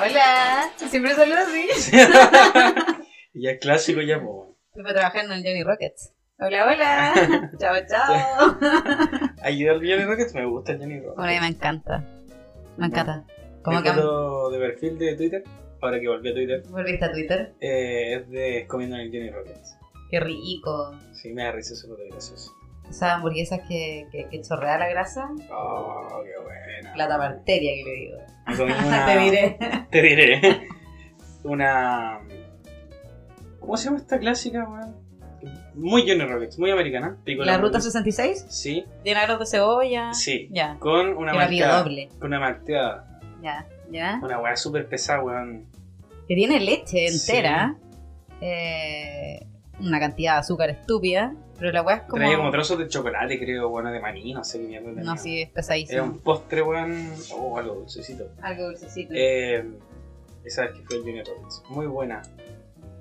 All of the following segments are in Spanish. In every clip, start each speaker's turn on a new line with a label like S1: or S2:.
S1: Hola. Siempre saludo así.
S2: Y ya es clásico, ya, pues.
S1: Me fue trabajando en Johnny Rockets. Hola, hola. chao, chao.
S2: Ayudar Johnny Rockets me gusta el Johnny Rockets.
S1: Bueno, a mí me encanta. Me encanta.
S2: Mi
S1: Como que
S2: foto de perfil de Twitter, ahora que volví a Twitter,
S1: volviste a Twitter.
S2: eh, es de comiendo en el Johnny Rockets.
S1: Qué rico.
S2: Sí, me da risa esa foto, graciosa.
S1: Esas hamburguesas que, que, que chorrea la grasa.
S2: Oh, qué buena.
S1: La taparteria que le digo.
S2: Me comí una-
S1: Te diré.
S2: Te diré. Una. ¿Cómo se llama esta clásica, weón? Muy Johnny Rockets, muy americana. Pico
S1: ¿La
S2: la-
S1: ruta 66?
S2: Sí,
S1: ¿Tiene agros de cebolla?
S2: sí.
S1: Ya.
S2: Con una
S1: Yo la pido
S2: malteada.
S1: doble.
S2: Con una malteada.
S1: Ya. Ya.
S2: Una weá súper pesada, weón.
S1: que tiene leche entera, eh, una cantidad de azúcar estúpida, pero la weá es como.
S2: Traía como trozos de chocolate, creo, bueno, de maní, no sé qué mierda tenía.
S1: no, sí, es
S2: Era
S1: pesadísimo.
S2: un postre, weón. Oh, algo dulcecito.
S1: Algo dulcecito.
S2: Eh, esa vez que fue el Johnny Rockets. Muy buena.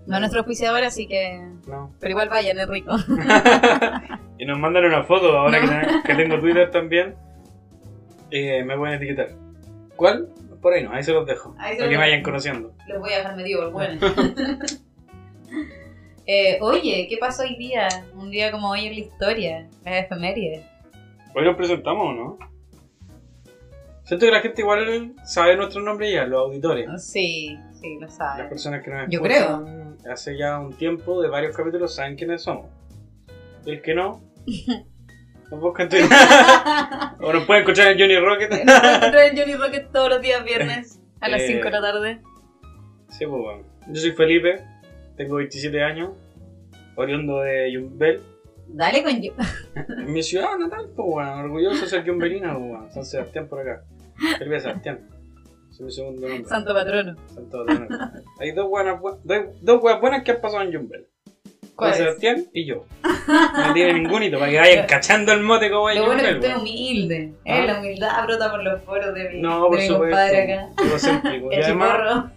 S1: no es nuestro auspiciador, así que.
S2: No.
S1: Pero igual vayan, es rico.
S2: y nos mandan una foto ahora
S1: No.
S2: que, que tengo Twitter también. Eh, me pueden etiquetar. ¿Cuál? Por ahí no, ahí se los dejo.
S1: Ahí se
S2: para
S1: los
S2: que
S1: dejo.
S2: vayan conociendo.
S1: Los voy a dejar medio por bueno. Eh, oye, ¿qué pasó hoy día? Un día como hoy en la historia, las efemérides.
S2: Hoy nos presentamos, ¿o ¿no? Siento que la gente igual sabe nuestro nombre ya, los auditores.
S1: Sí, sí, lo
S2: Las
S1: sabes.
S2: personas que nos
S1: Yo
S2: escuchan hace ya un tiempo de varios capítulos saben quiénes somos. Y el que no, nos buscan en Twitter. o nos pueden escuchar en Johnny Rocket.
S1: Nos encontramos en Johnny Rocket todos los días viernes a las
S2: Eh.
S1: 5 de la tarde.
S2: Sí, pues bueno. Yo soy Felipe, tengo 27 años, oriundo de Yumbel.
S1: Dale con yo.
S2: En mi ciudad natal, pues bueno, orgulloso de ser yumbelino, pues bueno. San Sebastián por acá. Felipe Sebastián. Es mi segundo nombre.
S1: Santo patrono.
S2: Santo Domingo. Hay dos buenas, bu- dos- dos weas buenas que han pasado en Yumbel.
S1: ¿Cuál
S2: Juan
S1: es?
S2: Sebastián y yo. No tiene ningún hito para que vayan cachando el mote como en
S1: Lo bueno es que
S2: Yumbel.
S1: usted es
S2: weón.
S1: humilde.
S2: Ah.
S1: Eh, La humildad brota por los foros de mi,
S2: No, por
S1: de mi compadre acá.
S2: supuesto. Egocéntrico. Y
S1: El
S2: además,
S1: chiporro.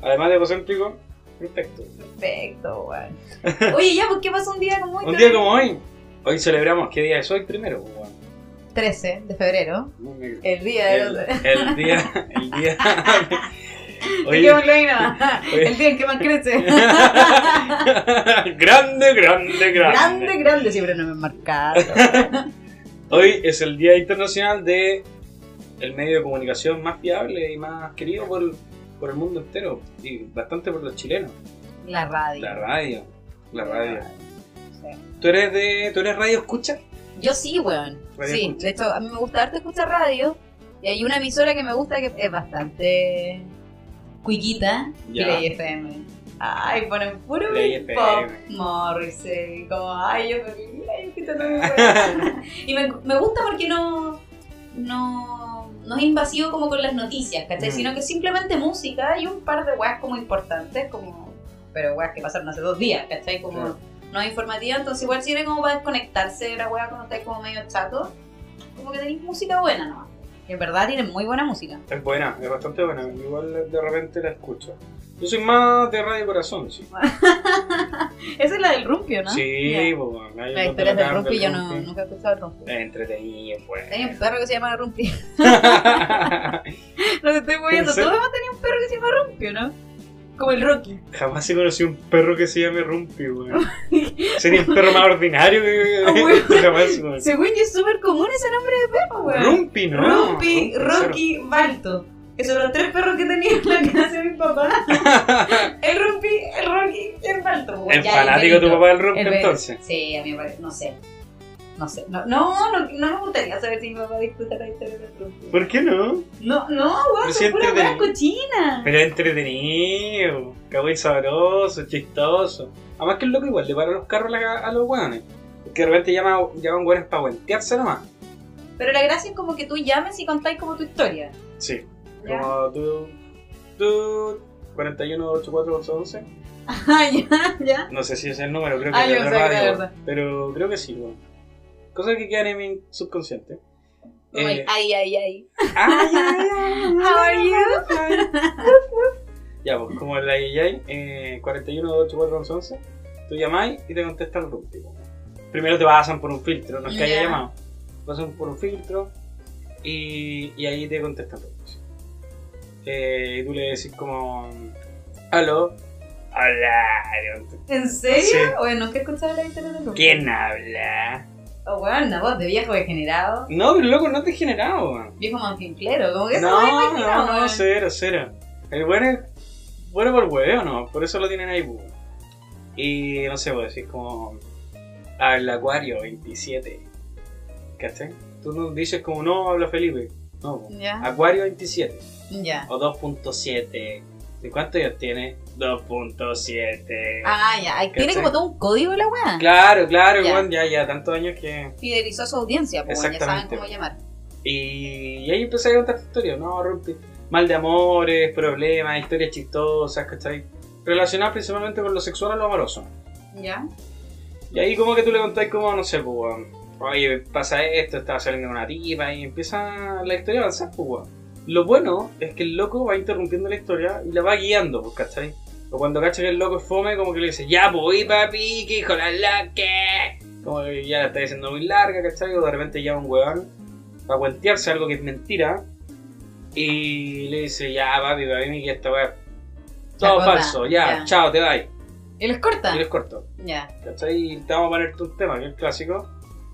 S2: además de egocéntrico, perfecto.
S1: Perfecto, weón. Oye, ya, ¿por qué pasó un día como hoy?
S2: Un día como hoy, hoy celebramos, ¿qué día es hoy primero? pues, weón?
S1: 13 de febrero.
S2: No me-
S1: El día de
S2: El,
S1: los...
S2: el día, el día. Oye,
S1: Dejémoslo ahí nomás.
S2: Oye.
S1: El día en que más crece.
S2: grande, grande, grande.
S1: grande, grande. Siempre no me he marcado.
S2: Hoy es el Día Internacional de el medio de comunicación más fiable y más querido por, por el mundo entero y bastante por los chilenos.
S1: La radio.
S2: La radio, la radio.
S1: Sí.
S2: ¿Tú eres de, tú eres radio escucha?
S1: Yo sí, weón.
S2: Radio
S1: Sí,
S2: escucha.
S1: de hecho, a mí me gusta harto escuchar radio. Y hay una emisora que me gusta que es bastante cuiquita,
S2: Ya.
S1: Play FM. Ay, ponen puro
S2: Play
S1: pop
S2: FM.
S1: Morrissey, como, ay, yo me ay, qué tal, weón. Y me, me gusta porque no, no, no es invasivo como con las noticias, ¿cachai?
S2: Mm.
S1: Sino que simplemente música y un par de weas como importantes, como, pero weas que pasaron hace dos días, ¿cachai? Como
S2: Claro.
S1: no es informativa, entonces igual sirve como para desconectarse de la wea cuando estáis como medio chato. Como que tenéis música buena nomás. Y en verdad tienen muy buena música.
S2: Es buena, es bastante buena. Igual de repente la escucho. Yo soy más de radio corazón, sí.
S1: Esa es la del rumpio, ¿no?
S2: Sí,
S1: Ya.
S2: pues, bueno,
S1: La
S2: ahí no te
S1: historia del
S2: cambio
S1: rumpi,
S2: el
S1: yo no,
S2: rumpi.
S1: nunca he escuchado el rumpi.
S2: Es entretenido, pues.
S1: Tenía un perro que se llamaba Rumpi. No te estoy moviendo.
S2: ¿En serio?
S1: Todos hemos tenido un perro que se llama Rumpio, ¿no? Como el Rocky.
S2: Jamás se conoció un perro que se llame Rumpi, weón. Sería un perro más ordinario que
S1: Ah, weón.
S2: jamás, weón.
S1: Según yo es súper común ese nombre de perro, weón.
S2: Rumpi, ¿no?
S1: Rumpi,
S2: cero.
S1: Rocky, Balto. Esos son los tres perros que tenía en la casa de mi papá. El Rumpi, el Rocky y el Balto. weón.
S2: El
S1: Ya,
S2: fanático de tu
S1: perrito.
S2: papá del Rumpi,
S1: El perrito.
S2: entonces.
S1: Sí, a mí me parece, no sé. No sé. No, no, no, no me gustaría saber si mi papá disfruta la historia del Rumpi.
S2: ¿Por qué no?
S1: No, no,
S2: Me
S1: weón, son
S2: siento
S1: puras weas
S2: de-
S1: cochinas.
S2: Pero es entretenido, cagüey sabroso, chistoso. Además que el loco igual le para los carros a la- a los weones. Que de repente llama, llaman weones para guantearse nomás.
S1: Pero la gracia es como que tú llames y contáis como tu historia.
S2: Sí.
S1: ¿ya?
S2: Como tú. Tú. 418411.
S1: Ah, ya, ya.
S2: No sé si ese es el número, creo que
S1: Ah,
S2: es
S1: yo
S2: de
S1: pensaba que era
S2: radio,
S1: verdad.
S2: Pero creo que sí, weón. Cosas que quedan en mi subconsciente. Ah,
S1: Como el
S2: Eh,
S1: Ay, ay, ay.
S2: ay, ay, ay,
S1: How are you?
S2: Ya, pues como la IJ, eh, 41-284-11, tú llamáis y te contesta el root. tipo. Primero te pasan por un filtro, no es que haya
S1: Ya.
S2: llamado. Pasan por un filtro y, y ahí te contestan el root. eh, y tú le decís como, aló, hola,
S1: ¿En serio?
S2: Sí.
S1: Oye, nunca he escuchado la historia de Rufo.
S2: ¿quién habla?
S1: Oh, weón, una voz de viejo degenerado.
S2: No, pero loco, no te generado, weón.
S1: Viejo manfinclero. Como que eso me
S2: No,
S1: imagino,
S2: no, no,
S1: weón.
S2: cero, cero. El bueno es bueno por hueveo, ¿no? Por eso lo tienen ahí, pues. Y no sé, pues decís como al Acuario 27. ¿Cachai? Tú no dices como no habla Felipe. No, pues.
S1: Ya,
S2: Acuario 27
S1: ya.
S2: o 2.7. ¿De cuántos años tiene? 2.7.
S1: Ah, ya. Ahí Tiene
S2: ¿Cachai?
S1: como todo un código la weá.
S2: Claro, claro,
S1: Ya.
S2: weón, ya, ya, tantos años que.
S1: Fidelizó a su audiencia, pues weón, ya saben
S2: Exactamente.
S1: cómo llamar.
S2: Y ahí empecé a contar historias, ¿no? Rompe- Mal de amores, problemas, historias chistosas, ¿cachai? Relacionadas principalmente con lo sexual o lo amoroso.
S1: Ya.
S2: Y ahí como que tú le contás como, no sé, pues, weón, oye, pasa esto, estaba saliendo con una tipa y empieza la historia a avanzar, pues, weón. Lo bueno es que el loco va interrumpiendo la historia y la va guiando, pues, ¿cachai? O cuando cacha que el loco es fome, como que le dice, ya, pues, oye, papi, que hijo la la que... Como que ya la está diciendo muy larga, ¿cachai? O de repente llama un weón para cuentearse algo que es mentira y le dice, ya, papi, papi, que esta weá... es Todo
S1: La cosa,
S2: falso, ya,
S1: ya.
S2: chao, te bye.
S1: ¿Y les corta?
S2: Y les corto.
S1: Ya.
S2: ¿cachai? Y te vamos a poner un tema, que es el clásico.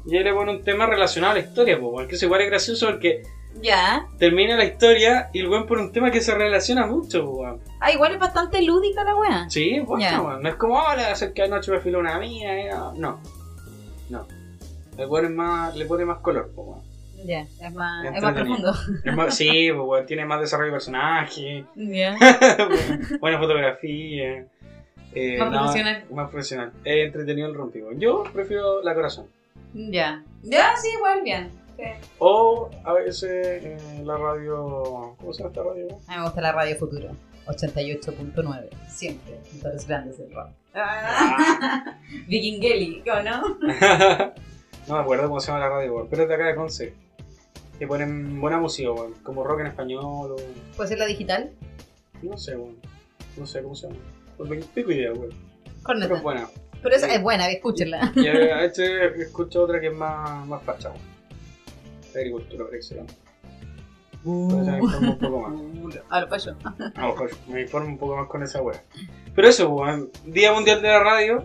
S2: Y ahí le pone un tema relacionado a la historia, po, porque eso igual es gracioso porque
S1: Ya.
S2: termina la historia y el weón pone un tema que se relaciona mucho, po, weón.
S1: Ah, igual es bastante lúdica la weá.
S2: Sí, pues,
S1: Ya.
S2: weón. No es como, hola, hacer que anoche me filó una mina, eh, no. No. No. Le pone más, le pone más color, po, weón.
S1: Ya. Es más, es más
S2: Entretenido.
S1: profundo.
S2: Es más- sí, po, weón, tiene más desarrollo de personaje,
S1: Ya.
S2: buena fotografía. eh,
S1: Más profesional.
S2: Más profesional. Es entretenido el rompido. Yo prefiero la corazón.
S1: Ya. Ya, sí, igual bien. Sí.
S2: O a veces eh, la radio. ¿Cómo se llama esta radio?
S1: A mí me gusta la radio futuro. 88.9. Siempre. Entonces grandes del rock. Vikingeli, ¿o no?
S2: no me acuerdo cómo se llama la radio, weón, pero es de acá de Conce. Que ponen buena música, weón, como rock en español o.
S1: ¿Puede ser la digital?
S2: No sé, weón. No sé cómo se llama. Pues me pico idea, weón. Pero
S1: Corneta.
S2: es buena.
S1: Pero esa es buena, escúchenla.
S2: Y a veces escucho otra que es más, más facha, weón. De Agricultura, por excelencia. Por eso me informo un poco más.
S1: A lo payo.
S2: A lo mejor me informo un poco más con esa wea. Pero eso, weón, Día Mundial de la Radio,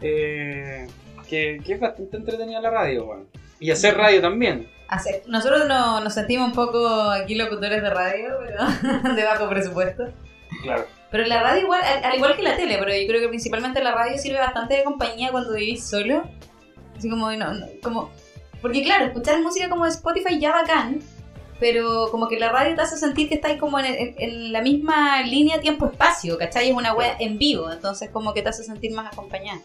S2: eh, que, que es bastante entretenida la radio, weón. Y hacer radio también.
S1: Hacer- Nosotros no- nos sentimos un poco aquí locutores de radio, pero de bajo presupuesto.
S2: Claro.
S1: Pero la radio igual, al, al igual que la tele, pero yo creo que principalmente la radio sirve bastante de compañía cuando vivís solo. Así como, no, no, como... Porque claro, escuchar música como de Spotify ya bacán, pero como que la radio te hace sentir que estáis como en, en- en la misma línea tiempo-espacio, ¿cachai? Es una web en vivo, entonces como que te hace sentir más acompañada.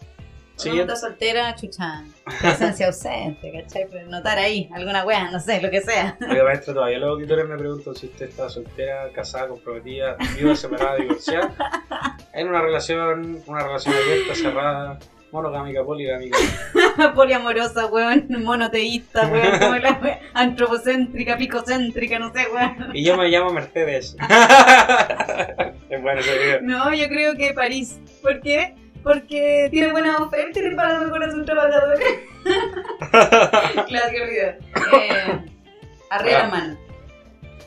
S2: Sí,
S1: Cuando uno está soltera, chucha, presencia ausente, ¿cachai? Pero notar ahí alguna wea, no sé, lo que sea.
S2: Oiga, maestra, todavía los auditores me preguntan si usted está soltera, casada, comprometida, viuda, separada, divorciada. En una relación, una relación abierta, cerrada, monogámica, poligámica.
S1: Poliamorosa, weón, monoteísta, weón, como la wea, antropocéntrica, picocéntrica, no sé, weón.
S2: Y yo me llamo Mercedes. es bueno ese video.
S1: No, yo creo que París. ¿Por qué? Porque tiene buena oferta y para los mejores sus trabajadores. claro, que olvidó. Eh, arriba,
S2: Ah.
S1: hermano.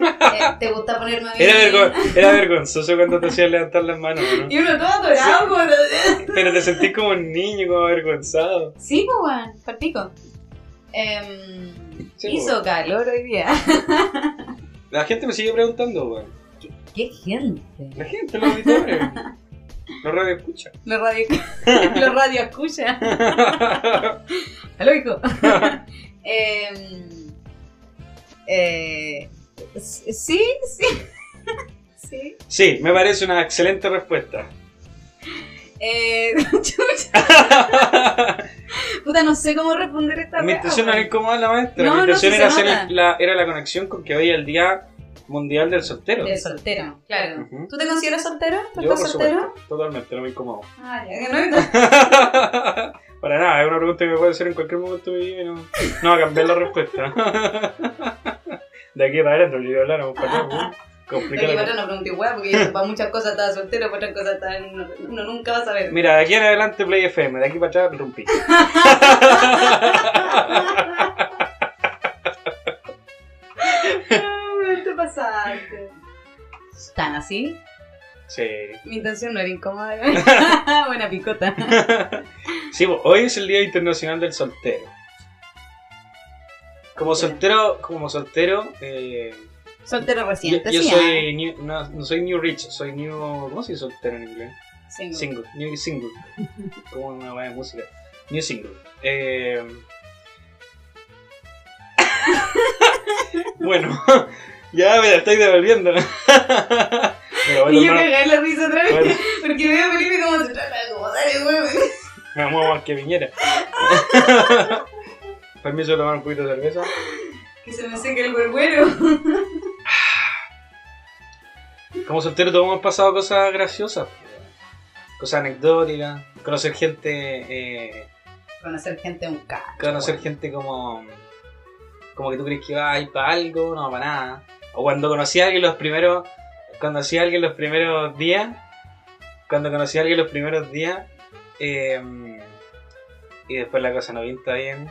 S1: Eh, ¿Te gusta ponerme a mí?
S2: Era, vergo- era vergonzoso cuando te hacían levantar las manos, ¿no?
S1: Y uno todo dorado, como...
S2: Pero te sentís como un niño, como avergonzado.
S1: Sí, pues, weón, partico. Eh,
S2: Sí, pues.
S1: hizo calor hoy día.
S2: La gente me sigue preguntando, weón.
S1: ¡Qué gente!
S2: La gente, los auditores. los radio escucha.
S1: Los radio, los radio escucha. Aló, hijo. Em, eh, s- sí, sí. sí.
S2: Sí, me parece una excelente respuesta.
S1: Eh, chucha. Puta, no sé cómo responder esta
S2: Mi
S1: wea,
S2: intención no
S1: weón.
S2: era incomodar a la maestra.
S1: No,
S2: Mi
S1: no,
S2: intención
S1: sí se
S2: era, hacer
S1: nota.
S2: la, era la conexión con que hoy es el Día Mundial del Soltero.
S1: De soltero, claro.
S2: Ujú.
S1: ¿Tú te consideras soltero? ¿Tú
S2: Yo, por
S1: estás soltero?
S2: supuesto, totalmente, no me incomodo.
S1: Ah, ya, que no.
S2: Para nada, es una pregunta que me puede hacer en cualquier momento de mi vida y no, no va a cambiar la respuesta. De aquí para adelante, olvidé hablar, vamos para allá,
S1: Pero
S2: complicado.
S1: igual no pregunté, weá, porque yo para muchas cosas estaba soltero, para otras cosas estaba. Uno, uno nunca va a saber.
S2: Mira, de aquí en adelante Play FM, de aquí para atrás rompí.
S1: No, weón, te pasaste. ¿Tan así?
S2: Sí.
S1: Mi intención no era incómoda. Buena picota.
S2: Sí, po, hoy es el Día Internacional del Soltero. Como soltero, como soltero, eh,
S1: Soltero
S2: yo,
S1: reciente,
S2: yo
S1: sí.
S2: soy new, no, no soy new rich, soy new, ¿cómo se dice soltero en inglés?
S1: ah, single.
S2: Single, new single, como una buena música, new single. Eh, bueno, ya me la estoy devolviendo. Pero bueno,
S1: y yo
S2: hermano,
S1: cagué la risa otra vez.
S2: bueno,
S1: Porque veo a Felipe como se trata de acomodar el huevo.
S2: me muevo más que viñera. Permiso de tomar un poquito de cerveza.
S1: Que se me seque el huerguero.
S2: Como soltero todos hemos pasado cosas graciosas, cosas anecdóticas, conocer gente, eh,
S1: Conocer gente es un cacho.
S2: conocer
S1: weón.
S2: gente como, como que tú crees que va a ir para algo, no, para nada. O cuando conocí a alguien los primeros, cuando conocí a alguien los primeros días, cuando conocí a alguien los primeros días, eh, y después la cosa no pinta bien.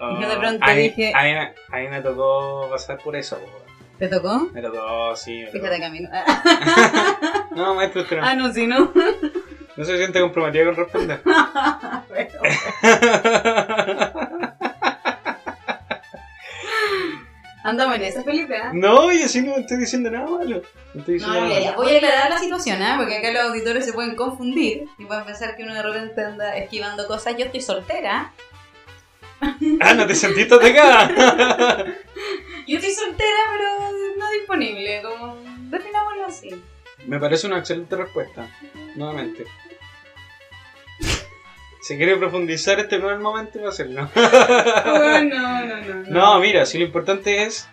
S1: Yo de
S2: Ah,
S1: pronto
S2: a mí-
S1: dije-
S2: a mí, me- a mí me tocó pasar por eso, po.
S1: ¿Te tocó?
S2: me tocó, sí. me tocó.
S1: Fíjate camino.
S2: No, maestro, es que no.
S1: Ah, no, si no.
S2: No se siente comprometida con responder.
S1: Pero- Andamos en esa, Felipe. ¿ah?
S2: no, yo sí no estoy diciendo nada malo. No estoy
S1: No,
S2: diciendo
S1: no,
S2: nada
S1: ya,
S2: malo.
S1: ya. Voy a aclarar la situación, ¿ah? porque acá los auditores se pueden confundir y pueden pensar que uno de repente anda esquivando cosas. Yo estoy soltera.
S2: Ah, no te sentiste atacada.
S1: Yo estoy soltera, pero no disponible. Como, definámoslo así.
S2: Me parece una excelente respuesta. Nuevamente. Si quieres profundizar, este no es el momento para hacerlo.
S1: Oh, no, no, no.
S2: No, mira, si lo importante es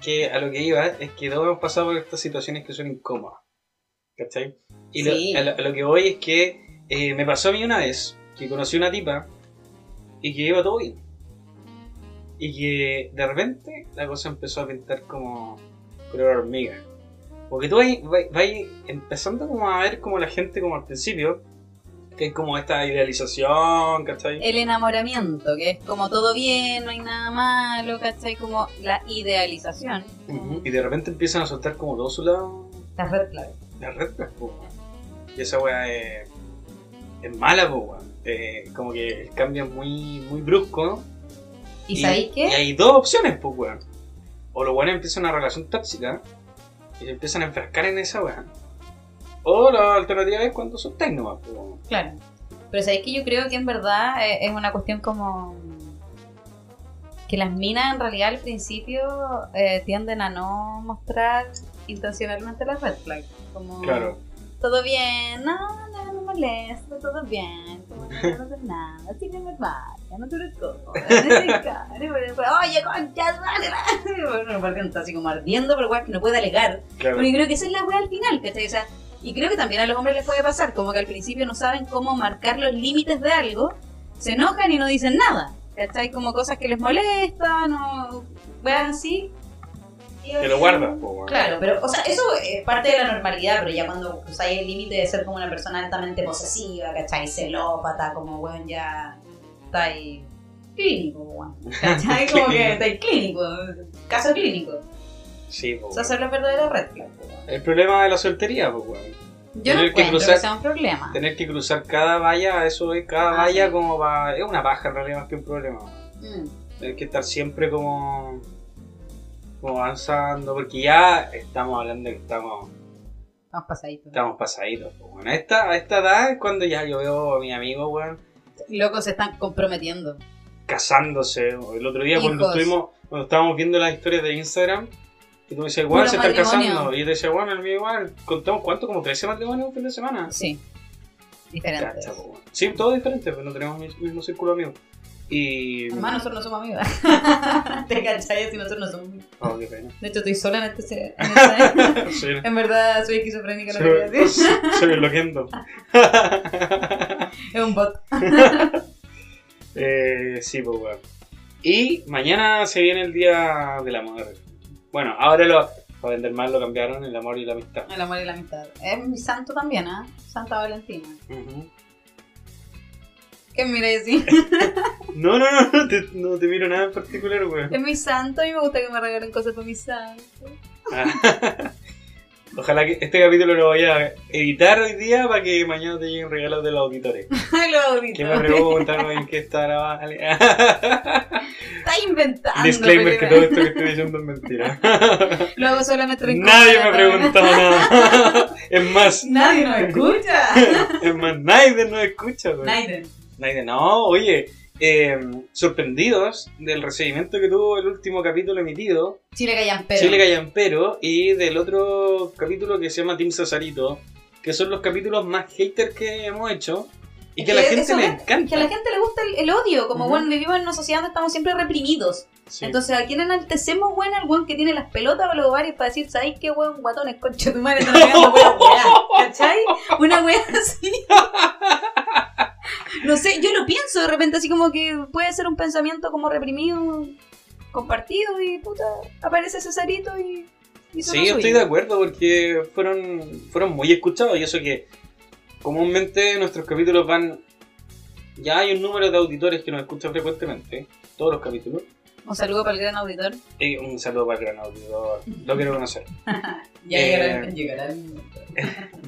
S2: que a lo que iba es que todos hemos pasado por estas situaciones que son incómodas. ¿Cachai? Y lo-
S1: Sí.
S2: a, lo, a lo que voy es que eh, me pasó a mí una vez que conocí una tipa y que iba todo bien. Y que de repente la cosa empezó a pintar como color hormiga. Porque tú vas empezando como a ver como la gente como al principio, que es como esta idealización, ¿cachai?
S1: El enamoramiento, que es como todo bien, no hay nada malo, ¿cachai? Como la idealización.
S2: Ujú. Y de repente empiezan a soltar como todo su lado
S1: Las red flags.
S2: La red flag, po, weón. Y esa weá es, es mala, po, weón. Eh, como que el cambio es muy, muy brusco. ¿no?
S1: ¿Y, sabéis
S2: Y
S1: qué?
S2: hay dos opciones, pues, weón. O los weones empiezan una relación tóxica y se empiezan a enfrascar en esa weá. O la alternativa es cuando son técnicos, pues, weón.
S1: Claro. Pero sabéis que yo creo que en verdad eh, es una cuestión como. que las minas en realidad al principio eh, tienden a no mostrar intencionalmente las red flags. Como,
S2: Claro.
S1: Todo bien, no, no, no molesto, todo bien, como no me pasa nada, así que me vaya, no te preocupes. pues, Oye, concha, dale, dale. Bueno, el Barcán está así como ardiendo, pero weón, que no puede alegar.
S2: Claro.
S1: Pero yo creo que esa es la wea al final, ¿cachai? O sea, y creo que también a los hombres les puede pasar, como que al principio no saben cómo marcar los límites de algo, se enojan y no dicen nada, ¿cachai? Como cosas que les molestan o weas así. Y
S2: Te
S1: así-
S2: lo guardas, pues, weón.
S1: Claro, pero, o sea, eso es parte de la normalidad, pero ya cuando usáis el límite de ser como una persona altamente posesiva, ¿cachai? Celópata, como, weón, ya estáis clínico, weón. ¿Cachai? Como que estáis clínico, caso clínico.
S2: Sí, po,
S1: O sea,
S2: weón.
S1: son las verdaderas red flags, po, weón.
S2: El problema de la soltería, pues, weón.
S1: Yo no
S2: Tener que
S1: encuentro que,
S2: cruzar-
S1: sea un problema.
S2: Tener que cruzar cada valla, eso es, cada
S1: Ah,
S2: valla
S1: sí.
S2: como va. Es una paja en realidad más que un problema, weón.
S1: Mm.
S2: Hay que estar siempre como, como avanzando, porque ya estamos hablando que estamos,
S1: Vamos pasaditos.
S2: estamos pasaditos. pues, Bueno, a esta, a esta edad es cuando ya yo veo a mi amigo, weón,
S1: Locos se están comprometiendo.
S2: casándose. El otro día cuando
S1: Hijos.
S2: estuvimos, cuando estábamos viendo las historias de Instagram, y tú me decías, weón,
S1: Puro
S2: se están
S1: matrimonio.
S2: casando. Y yo te decía, weón, el mío igual, contamos cuánto, como 13 matrimonios en un fin de semana.
S1: Sí. Diferentes.
S2: Cacha, pues, weón. Sí, todo diferente, pero no tenemos el mismo círculo de amigos. Y.
S1: Además, nosotros no somos amigos. Te cachai si nosotros no somos amigos.
S2: Oh, qué pena.
S1: De hecho, estoy sola en este. se- En, este esta-
S2: Sí.
S1: en verdad, soy esquizofrénica, no lo voy a
S2: Se,
S1: decir.
S2: se me bloqueando.
S1: Es un bot.
S2: Eh, sí, pues weón. Y mañana se viene el día del amor. Bueno, ahora lo. Para vender más lo cambiaron, el amor y la amistad.
S1: El amor y la amistad. Es mi santo también, ¿ah? Santa Valentina.
S2: Ujú.
S1: ¿Qué mira así?
S2: No, no, no, no te, no te miro nada en particular, weón.
S1: Es mi santo y me gusta que me regalen cosas para mi santo.
S2: Ah, Ojalá que este capítulo lo vaya a editar hoy día para que mañana te lleguen regalos de los auditores.
S1: Lo
S2: Que me
S1: auditores.
S2: preguntaron en qué está grabado.
S1: Está inventando.
S2: Disclaimer que
S1: pero-
S2: todo esto que estoy diciendo es mentira.
S1: Lo hago solamente en
S2: Nadie me
S1: contra-
S2: preguntó nada. Es más,
S1: Nadie nos escucha.
S2: es más, nadie nos escucha. güey.
S1: Nadie.
S2: Nadie, no, oye, eh, sorprendidos del recibimiento que tuvo el último capítulo emitido,
S1: Chile Callan Pedro.
S2: Chile Gallampero, y del otro capítulo que se llama Team Cesarito, que son los capítulos más haters que hemos hecho y que a la
S1: Que
S2: gente
S1: eso
S2: le
S1: es-
S2: encanta.
S1: Que a la gente le gusta el, el odio. Como,
S2: Ujú.
S1: bueno, vivimos en una sociedad donde estamos siempre reprimidos.
S2: Sí.
S1: Entonces, ¿a quién enaltecemos, weón? Al weón que tiene las pelotas o los ovarios para decir, ¿sabes qué, weón? Guatones, concha de tu madre, te lo pegando por la weá", ¿Cachai? Una weá así. No sé, yo lo pienso de repente, así como que puede ser un pensamiento como reprimido, compartido, y puta, aparece Cesarito y. y eso
S2: Sí,
S1: no
S2: yo
S1: soy
S2: estoy
S1: yo.
S2: de acuerdo porque fueron, fueron muy escuchados y eso que comúnmente nuestros capítulos van... Ya hay un número de auditores que nos escuchan frecuentemente, todos los capítulos.
S1: Un saludo para el gran auditor.
S2: Eh, un saludo para el gran auditor, lo quiero conocer.
S1: Ya
S2: Eh.
S1: llegará, el- llegará el momento.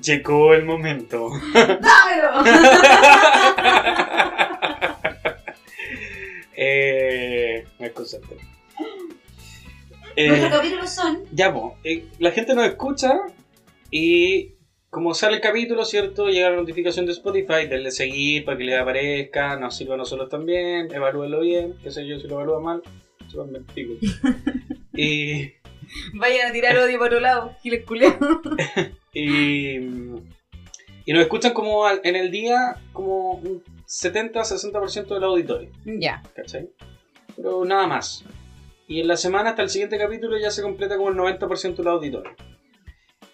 S2: Llegó el momento.
S1: ¡Dámelo!
S2: eh, me concentré. Eh,
S1: Nuestros capítulos son.
S2: ya, po, eh, la gente nos escucha y como sale el capítulo, ¿cierto? Llega la notificación de Spotify, denle seguir para que les aparezca, nos sirva a nosotros también, evalúenlo bien, qué sé yo, si lo evalúa mal, yo me pico. y,
S1: Vayan a tirar odio por un lado, giles culeos.
S2: y, y nos escuchan como al- en el día como un 70-60% de los auditores.
S1: Ya.
S2: ¿cachai? Pero nada más. Y en la semana hasta el siguiente capítulo ya se completa como el 90% de los auditores.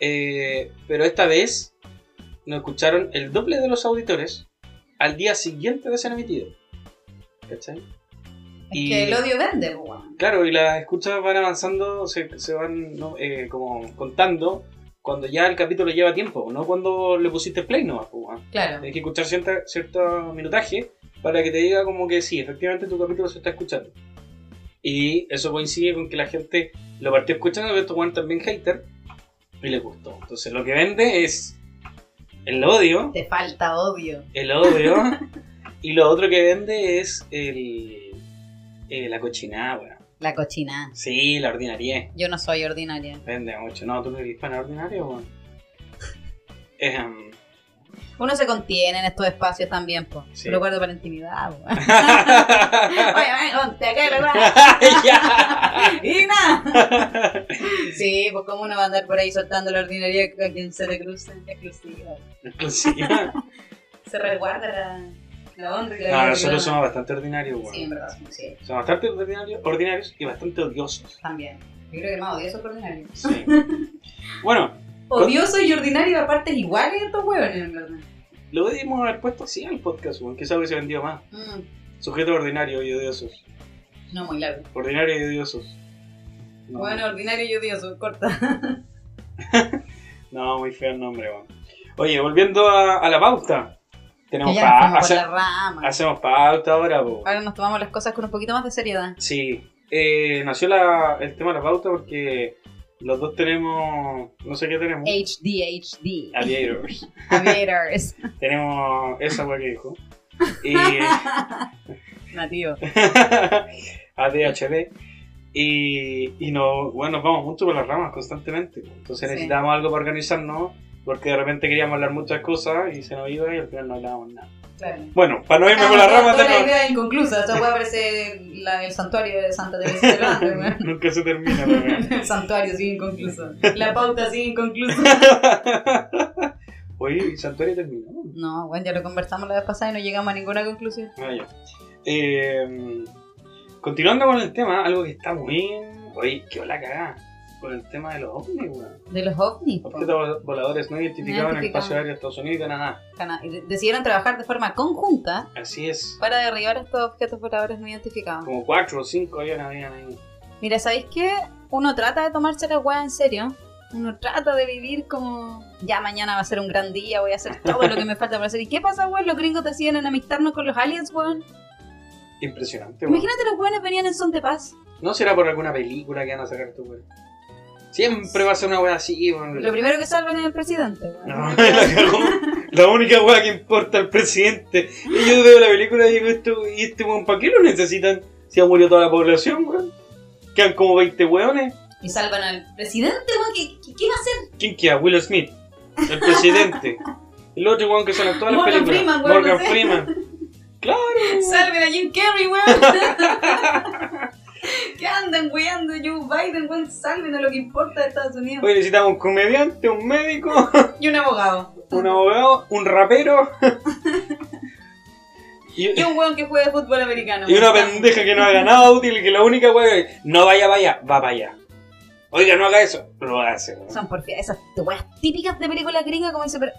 S2: Eh, pero esta vez nos escucharon el doble de los auditores al día siguiente de ser emitido. ¿Cachai?
S1: Es
S2: Y-
S1: que el odio vende, pues, weón.
S2: Claro, y las escuchas van avanzando, se, se van ¿no? Eh, como contando cuando ya el capítulo lleva tiempo, no cuando le pusiste play nomás. pues, weón.
S1: Claro.
S2: Tienes que escuchar cierta- cierto minutaje para que te diga como que sí, efectivamente tu capítulo se está escuchando. Y eso coincide con que la gente lo partió escuchando, pero estos weones también hater, y les gustó. Entonces lo que vende es el odio,
S1: Te falta odio.
S2: el odio, y lo otro que vende es el, eh, la cochinada, weón.
S1: La cochina.
S2: Sí, la ordinaria.
S1: Yo no soy ordinaria.
S2: Vende mucho. No, tú no eres pana ordinario, weón. Em. Ejem.
S1: Uno se contiene en estos espacios también, pues.
S2: Sí.
S1: Lo guardo para la intimidad, po. Oye, ven, ponte acá, la weá.
S2: Ya.
S1: Y nada. Sí, pues cómo uno va a andar por ahí soltando la ordinaria a quien se le cruce. Exclusiva.
S2: Exclusiva.
S1: Se resguarda la, la honra y la
S2: No,
S1: dignidad.
S2: Ah, nosotros somos bastante ordinarios, weón.
S1: Sí, en verdad, somos, sí.
S2: Somos bastante ordinarios, ordinarios y bastante odiosos.
S1: También. Yo creo que más odioso que ordinario.
S2: Sí. bueno,
S1: Odioso y ordinario a partes iguales estos huevones, en verdad.
S2: lo debimos haber puesto así al podcast, weón. Quizás hubiese vendido más.
S1: Mm,
S2: Sujetos ordinarios y odiosos.
S1: no muy largo.
S2: Ordinarios y odiosos. No,
S1: Bueno, ordinario y odioso, corta.
S2: no, muy feo el nombre, weón. Oye, volviendo a, a la pauta. Tenemos
S1: ya nos
S2: pauta.
S1: fuimos por la rama.
S2: Hacemos pauta ahora, weón.
S1: Ahora nos tomamos las cosas con un poquito más de seriedad.
S2: Sí, eh, nació la- el tema de la pauta porque los dos tenemos. No sé qué tenemos.
S1: HDHD.
S2: Alligators.
S1: Aviators.
S2: Tenemos esa weá que dijo. Y.
S1: Nativo.
S2: ADHD. Y, y no, bueno, nos vamos mucho por las ramas constantemente.
S1: Sí.
S2: Entonces necesitábamos algo para organizarnos. Porque de repente queríamos hablar muchas cosas y se nos iba y al final no hablábamos nada.
S1: Claro. Ah,
S2: Bueno, para no irme por las ramas,
S1: toda la
S2: tenemos-
S1: idea es inconclusa. Esta hueá parece la, el santuario de Santa Teresa de Landa, weón.
S2: nunca se termina. la weá.
S1: El santuario sigue inconcluso. La pauta sigue inconclusa.
S2: Oye, ¿y Santuario terminó.
S1: No, bueno, ya lo conversamos la vez pasada y no llegamos a ninguna conclusión.
S2: Ah, ya. Eh, continuando con el tema, algo que está muy. Oye, qué hola cagada. Con el tema de los ovnis, weón.
S1: De los ovnis. po.
S2: Objetos voladores no identificados en el espacio aéreo de Estados Unidos y Canadá.
S1: Cana- Decidieron trabajar de forma conjunta
S2: Así es.
S1: para derribar estos objetos voladores no identificados.
S2: Como cuatro o cinco aviones habían ahí.
S1: Mira, ¿sabéis qué? Uno trata de tomarse la weá en serio. Uno trata de vivir como, ya mañana va a ser un gran día, voy a hacer todo lo que me falta para hacer. ¿Y qué pasa, weón? Los gringos decían enemistarnos con los aliens, weón.
S2: Impresionante, weón.
S1: Imagínate los weones venían en son de paz.
S2: ¿No será por alguna película que van a sacar tu weón? Siempre va a ser una wea así, weón.
S1: Lo primero que salvan es el presidente, weón.
S2: No, la cagó. La única weá que importa el presidente. Y yo veo la película y digo, esto, ¿y este weón para qué lo necesitan? Si ha murido toda la población, weón. Quedan como 20 weones.
S1: Y salvan al presidente, weón. ¿Qué, qué, qué va a hacer?
S2: ¿Quién queda? Will Smith. El presidente. El otro weón que sale en todas las
S1: Morgan
S2: películas.
S1: Freeman, weón,
S2: Morgan
S1: no sé.
S2: Freeman. Claro.
S1: Salven a Jim Carrey, weón. ¿Qué andan weando Joe Biden, weón? Salven a lo que importa de Estados Unidos.
S2: Hoy necesitamos un comediante, un médico,
S1: Y un abogado.
S2: un abogado, un rapero. Y,
S1: Y un weón que juegue fútbol americano.
S2: Y una
S1: weón.
S2: pendeja que no haga nada útil, que la única wea es, no vaya, vaya, va para allá. Oiga, no haga eso, lo hace. weón.
S1: Son porfiadas, esas weas típicas de películas gringas como dice, pero.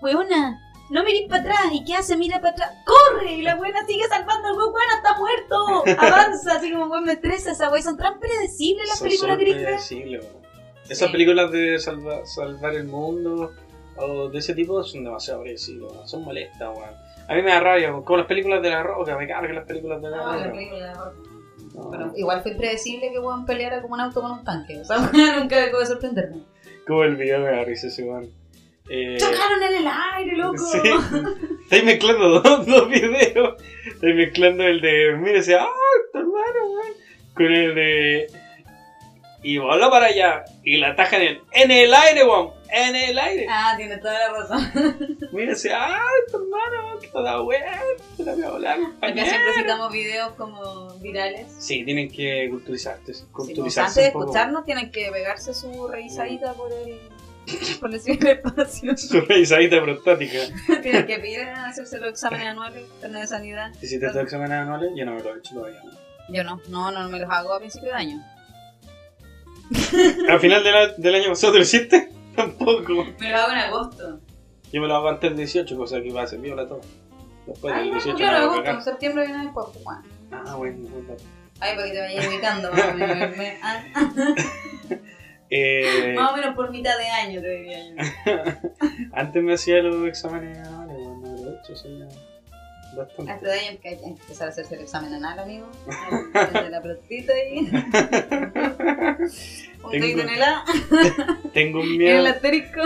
S1: Weona, no mirís para atrás. ¿Y qué hace? Mira para atrás. ¡Corre! Y la buena sigue salvando al weón, weona, está muerto. Avanza, así como weón me estresa esa wea. Son tan predecibles las
S2: Son
S1: películas
S2: solo
S1: gringas.
S2: predecibles, weón. Esas
S1: Sí.
S2: películas de salva- salvar el mundo o de ese tipo son demasiado predecibles, weón. son molestas, weón. A mí me da rabia, weón. como las películas de la roca, me cargan las películas de la
S1: No, Ah, la
S2: roca.
S1: película,
S2: No.
S1: bueno, igual fue impredecible que weón peleara como un auto con un tanque. O sea, weón, nunca dejó de sorprenderme.
S2: Como el video me da risa ese weón. Eh,
S1: ¡Chocaron en el aire, loco!
S2: Sí. Estáis mezclando dos, dos videos. Estáis mezclando el de. Mira, ese. ¡Ah, tu hermano, weón! Con el de. Y voló para allá. Y la taja en el. ¡En el aire, weón! ¡En el aire!
S1: Ah, tiene toda la razón.
S2: Mira, ese. ¡Ah, tu hermano! ¡Que toda weón! ¡Te la voy a volar,
S1: Acá
S2: compañero!
S1: siempre citamos videos como virales.
S2: Sí, tienen que culturizarte.
S1: Sí, pues,
S2: Culturizarse.
S1: antes de
S2: un poco.
S1: escucharnos tienen que pegarse su revisadita por el por el ciberespacio.
S2: Su revisadita prostática.
S1: tienen que pedir a hacerse los exámenes anuales exámenes de sanidad.
S2: ¿Te hiciste tu examen anual? Yo no me lo he hecho todavía.
S1: Yo no, no, no me los hago a principio de año.
S2: Al final del a- del año pasado, ¿te lo hiciste? Tampoco.
S1: Me los hago en agosto.
S2: Yo me lo hago antes del 18, cosa que va a ser viola todo. Después
S1: Ay,
S2: del
S1: bueno,
S2: 18
S1: claro,
S2: me lo
S1: agosto,
S2: voy a
S1: en septiembre viene el cuerpo. Bueno.
S2: cagar. Ah, bueno, bueno.
S1: Ay, para que te vayas ubicando más o menos. Me- ah,
S2: Eh,
S1: más o menos por mitad de año te diría yo.
S2: antes me hacía los exámenes anuales, bueno, no me lo he hecho, soy ya bastante.
S1: Hasta de año que hay que empezar a hacerse el examen anal, amigo. Desde la prostita ahí. Un
S2: Tengo-
S1: dedito en el A,
S2: Tengo un
S1: Ah. en el
S2: miedo.
S1: asterisco.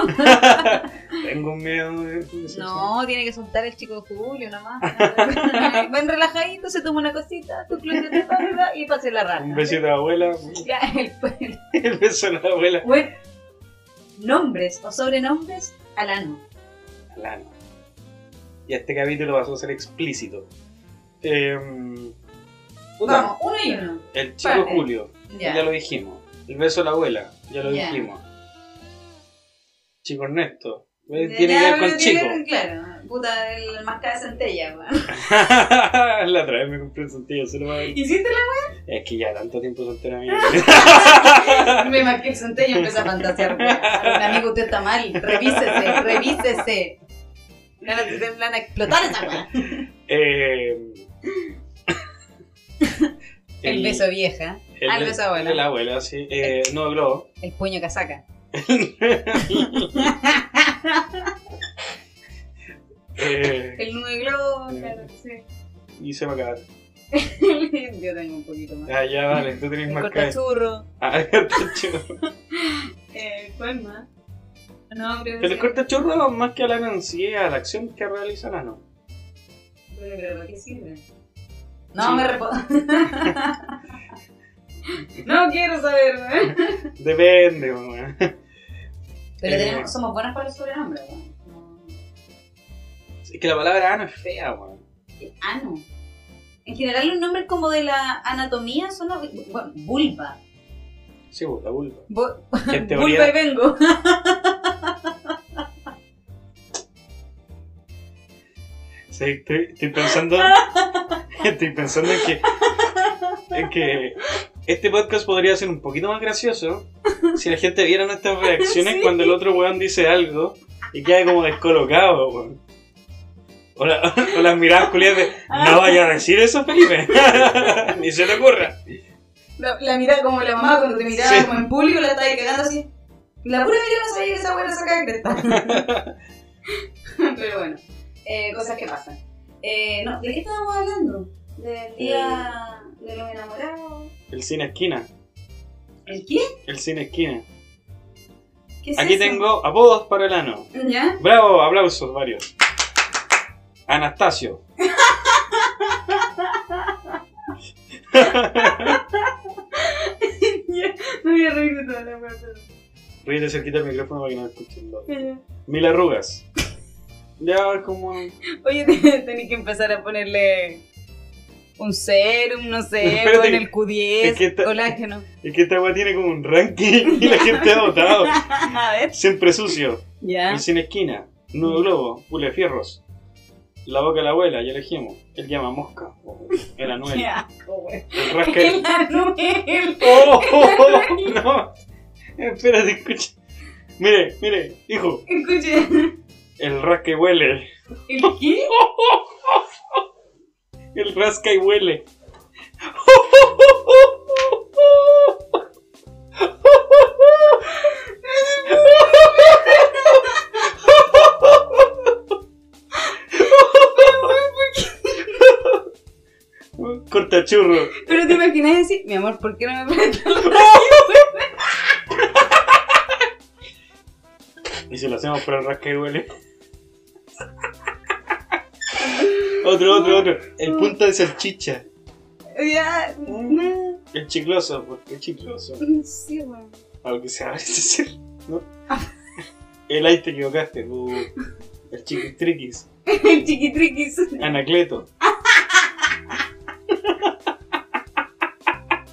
S2: Tengo un miedo de. de ese examen.
S1: No, tiene que soltar el chico de Julio nomás. Ven relajadito, se toma una cosita, tu clonete de pálida y pase la rana.
S2: Un besito a la abuela.
S1: Ya, el- el-
S2: El beso de la abuela.
S1: bueno, nombres o sobrenombres al ano.
S2: Lana. Y este capítulo pasó a ser explícito. Em, puta,
S1: Vamos, uno y uno.
S2: el chico
S1: vale.
S2: Julio.
S1: Ya.
S2: Ya lo dijimos. El beso de la abuela, ya lo
S1: Ya.
S2: dijimos. Chico Ernesto, ¿ves?
S1: Ya,
S2: tiene que ver
S1: pero
S2: con
S1: tiene
S2: chico.
S1: que ver- Claro, puta, el máscara de centella, weón.
S2: la otra vez me compré un sentido, solo para ver.
S1: ¿Hiciste
S2: Es que ya tanto tiempo soltera mía.
S1: la Me imagino que el centella empieza a fantasear, weón. Amigo, usted está mal, revísese, revísese. Le van a- le van a explotar esa weá.
S2: Eh,
S1: El beso vieja,
S2: el
S1: ah, el
S2: be-
S1: beso de abuela.
S2: de La abuela, sí. Eh, no, globo.
S1: el puño casaca.
S2: Eh,
S1: El nudo de globo, claro, sí.
S2: y se va a acabar.
S1: Yo tengo un poquito más.
S2: Ah, ya, dale, tú tenés
S1: El
S2: más que.
S1: cortachurro.
S2: Ah, el cortachurro.
S1: Eh, ¿Cuál más? No, creo que
S2: El
S1: sí.
S2: cortachurro va más que a la cancilla, a la acción que realiza la no.
S1: Pero, pero, ¿para qué sirve? No,
S2: Sí.
S1: me repo- no quiero saber, ¿eh?
S2: Depende, weón.
S1: Pero
S2: Eh.
S1: tenemos, somos buenas para el sobrenombre, weón. No.
S2: Es que la palabra ano es fea, weón.
S1: El ano. Eh, ah, En general, los nombres como de la anatomía son. los- Bueno, vulva.
S2: Sí, weón, la vulva.
S1: Vu-
S2: Que en
S1: Vulva y
S2: teoría,
S1: vengo.
S2: sí, estoy, estoy pensando. estoy pensando en que. En que este podcast podría ser un poquito más gracioso si la gente viera nuestras reacciones
S1: Sí.
S2: cuando el otro weón dice algo y queda como descolocado, weón. O, la- o las miradas culiadas de. No vaya a decir eso, Felipe. Ni se te ocurra.
S1: La, la mirada como la mamá cuando te miraba
S2: Sí.
S1: como en público, la estaba ahí cagando así. La pura mirada no sabía que esa buena saca de cresta. Pero bueno, eh, cosas que pasan. Eh, no, ¿De qué estábamos
S2: Eh.
S1: hablando? Del día de los enamorados.
S2: El cine esquina.
S1: ¿El qué?
S2: El cine esquina.
S1: ¿Qué es
S2: Aquí
S1: eso?
S2: tengo apodos para el ano.
S1: ¿Ya?
S2: Bravo, aplausos varios. Anastasio.
S1: Ya, Me voy a reír de toda la wea, pero-
S2: Ríete cerquita el micrófono para que no escuchen. lo-
S1: Ya.
S2: Mil arrugas. Ya es como.
S1: Oye, tenés que empezar a ponerle un serum, no sé,
S2: Espérate,
S1: con el Q10,
S2: es que esta-
S1: colágeno.
S2: Es que esta weá tiene como un ranking y la gente ha votado.
S1: a ver,
S2: Siempre sucio.
S1: ya.
S2: El sin esquina. Nudo globo. Pule fierros. La boca de la abuela, ya elegimos. Él llama mosca. o El anuel.
S1: Qué asco, wey.
S2: El rasca.
S1: El Anuel.
S2: ¡Oh! oh, oh, no. Espérate, escucha. Mire, mire, hijo.
S1: Escuche,
S2: El rasca y huele.
S1: ¿el qué?
S2: El rasca y huele. Cortachurro.
S1: Pero te imaginas decir, mi amor, ¿por qué no me prestas?
S2: Y si lo hacemos por el rasca y huele. otro, otro, otro. El punto de salchicha.
S1: Ya, no,
S2: El chicloso, porque es chicloso.
S1: no sé, wey.
S2: Aunque sea a veces el- este ¿no? El ahí te equivocaste, bu. El chiquitriquis.
S1: El chiquitriquis.
S2: Anacleto.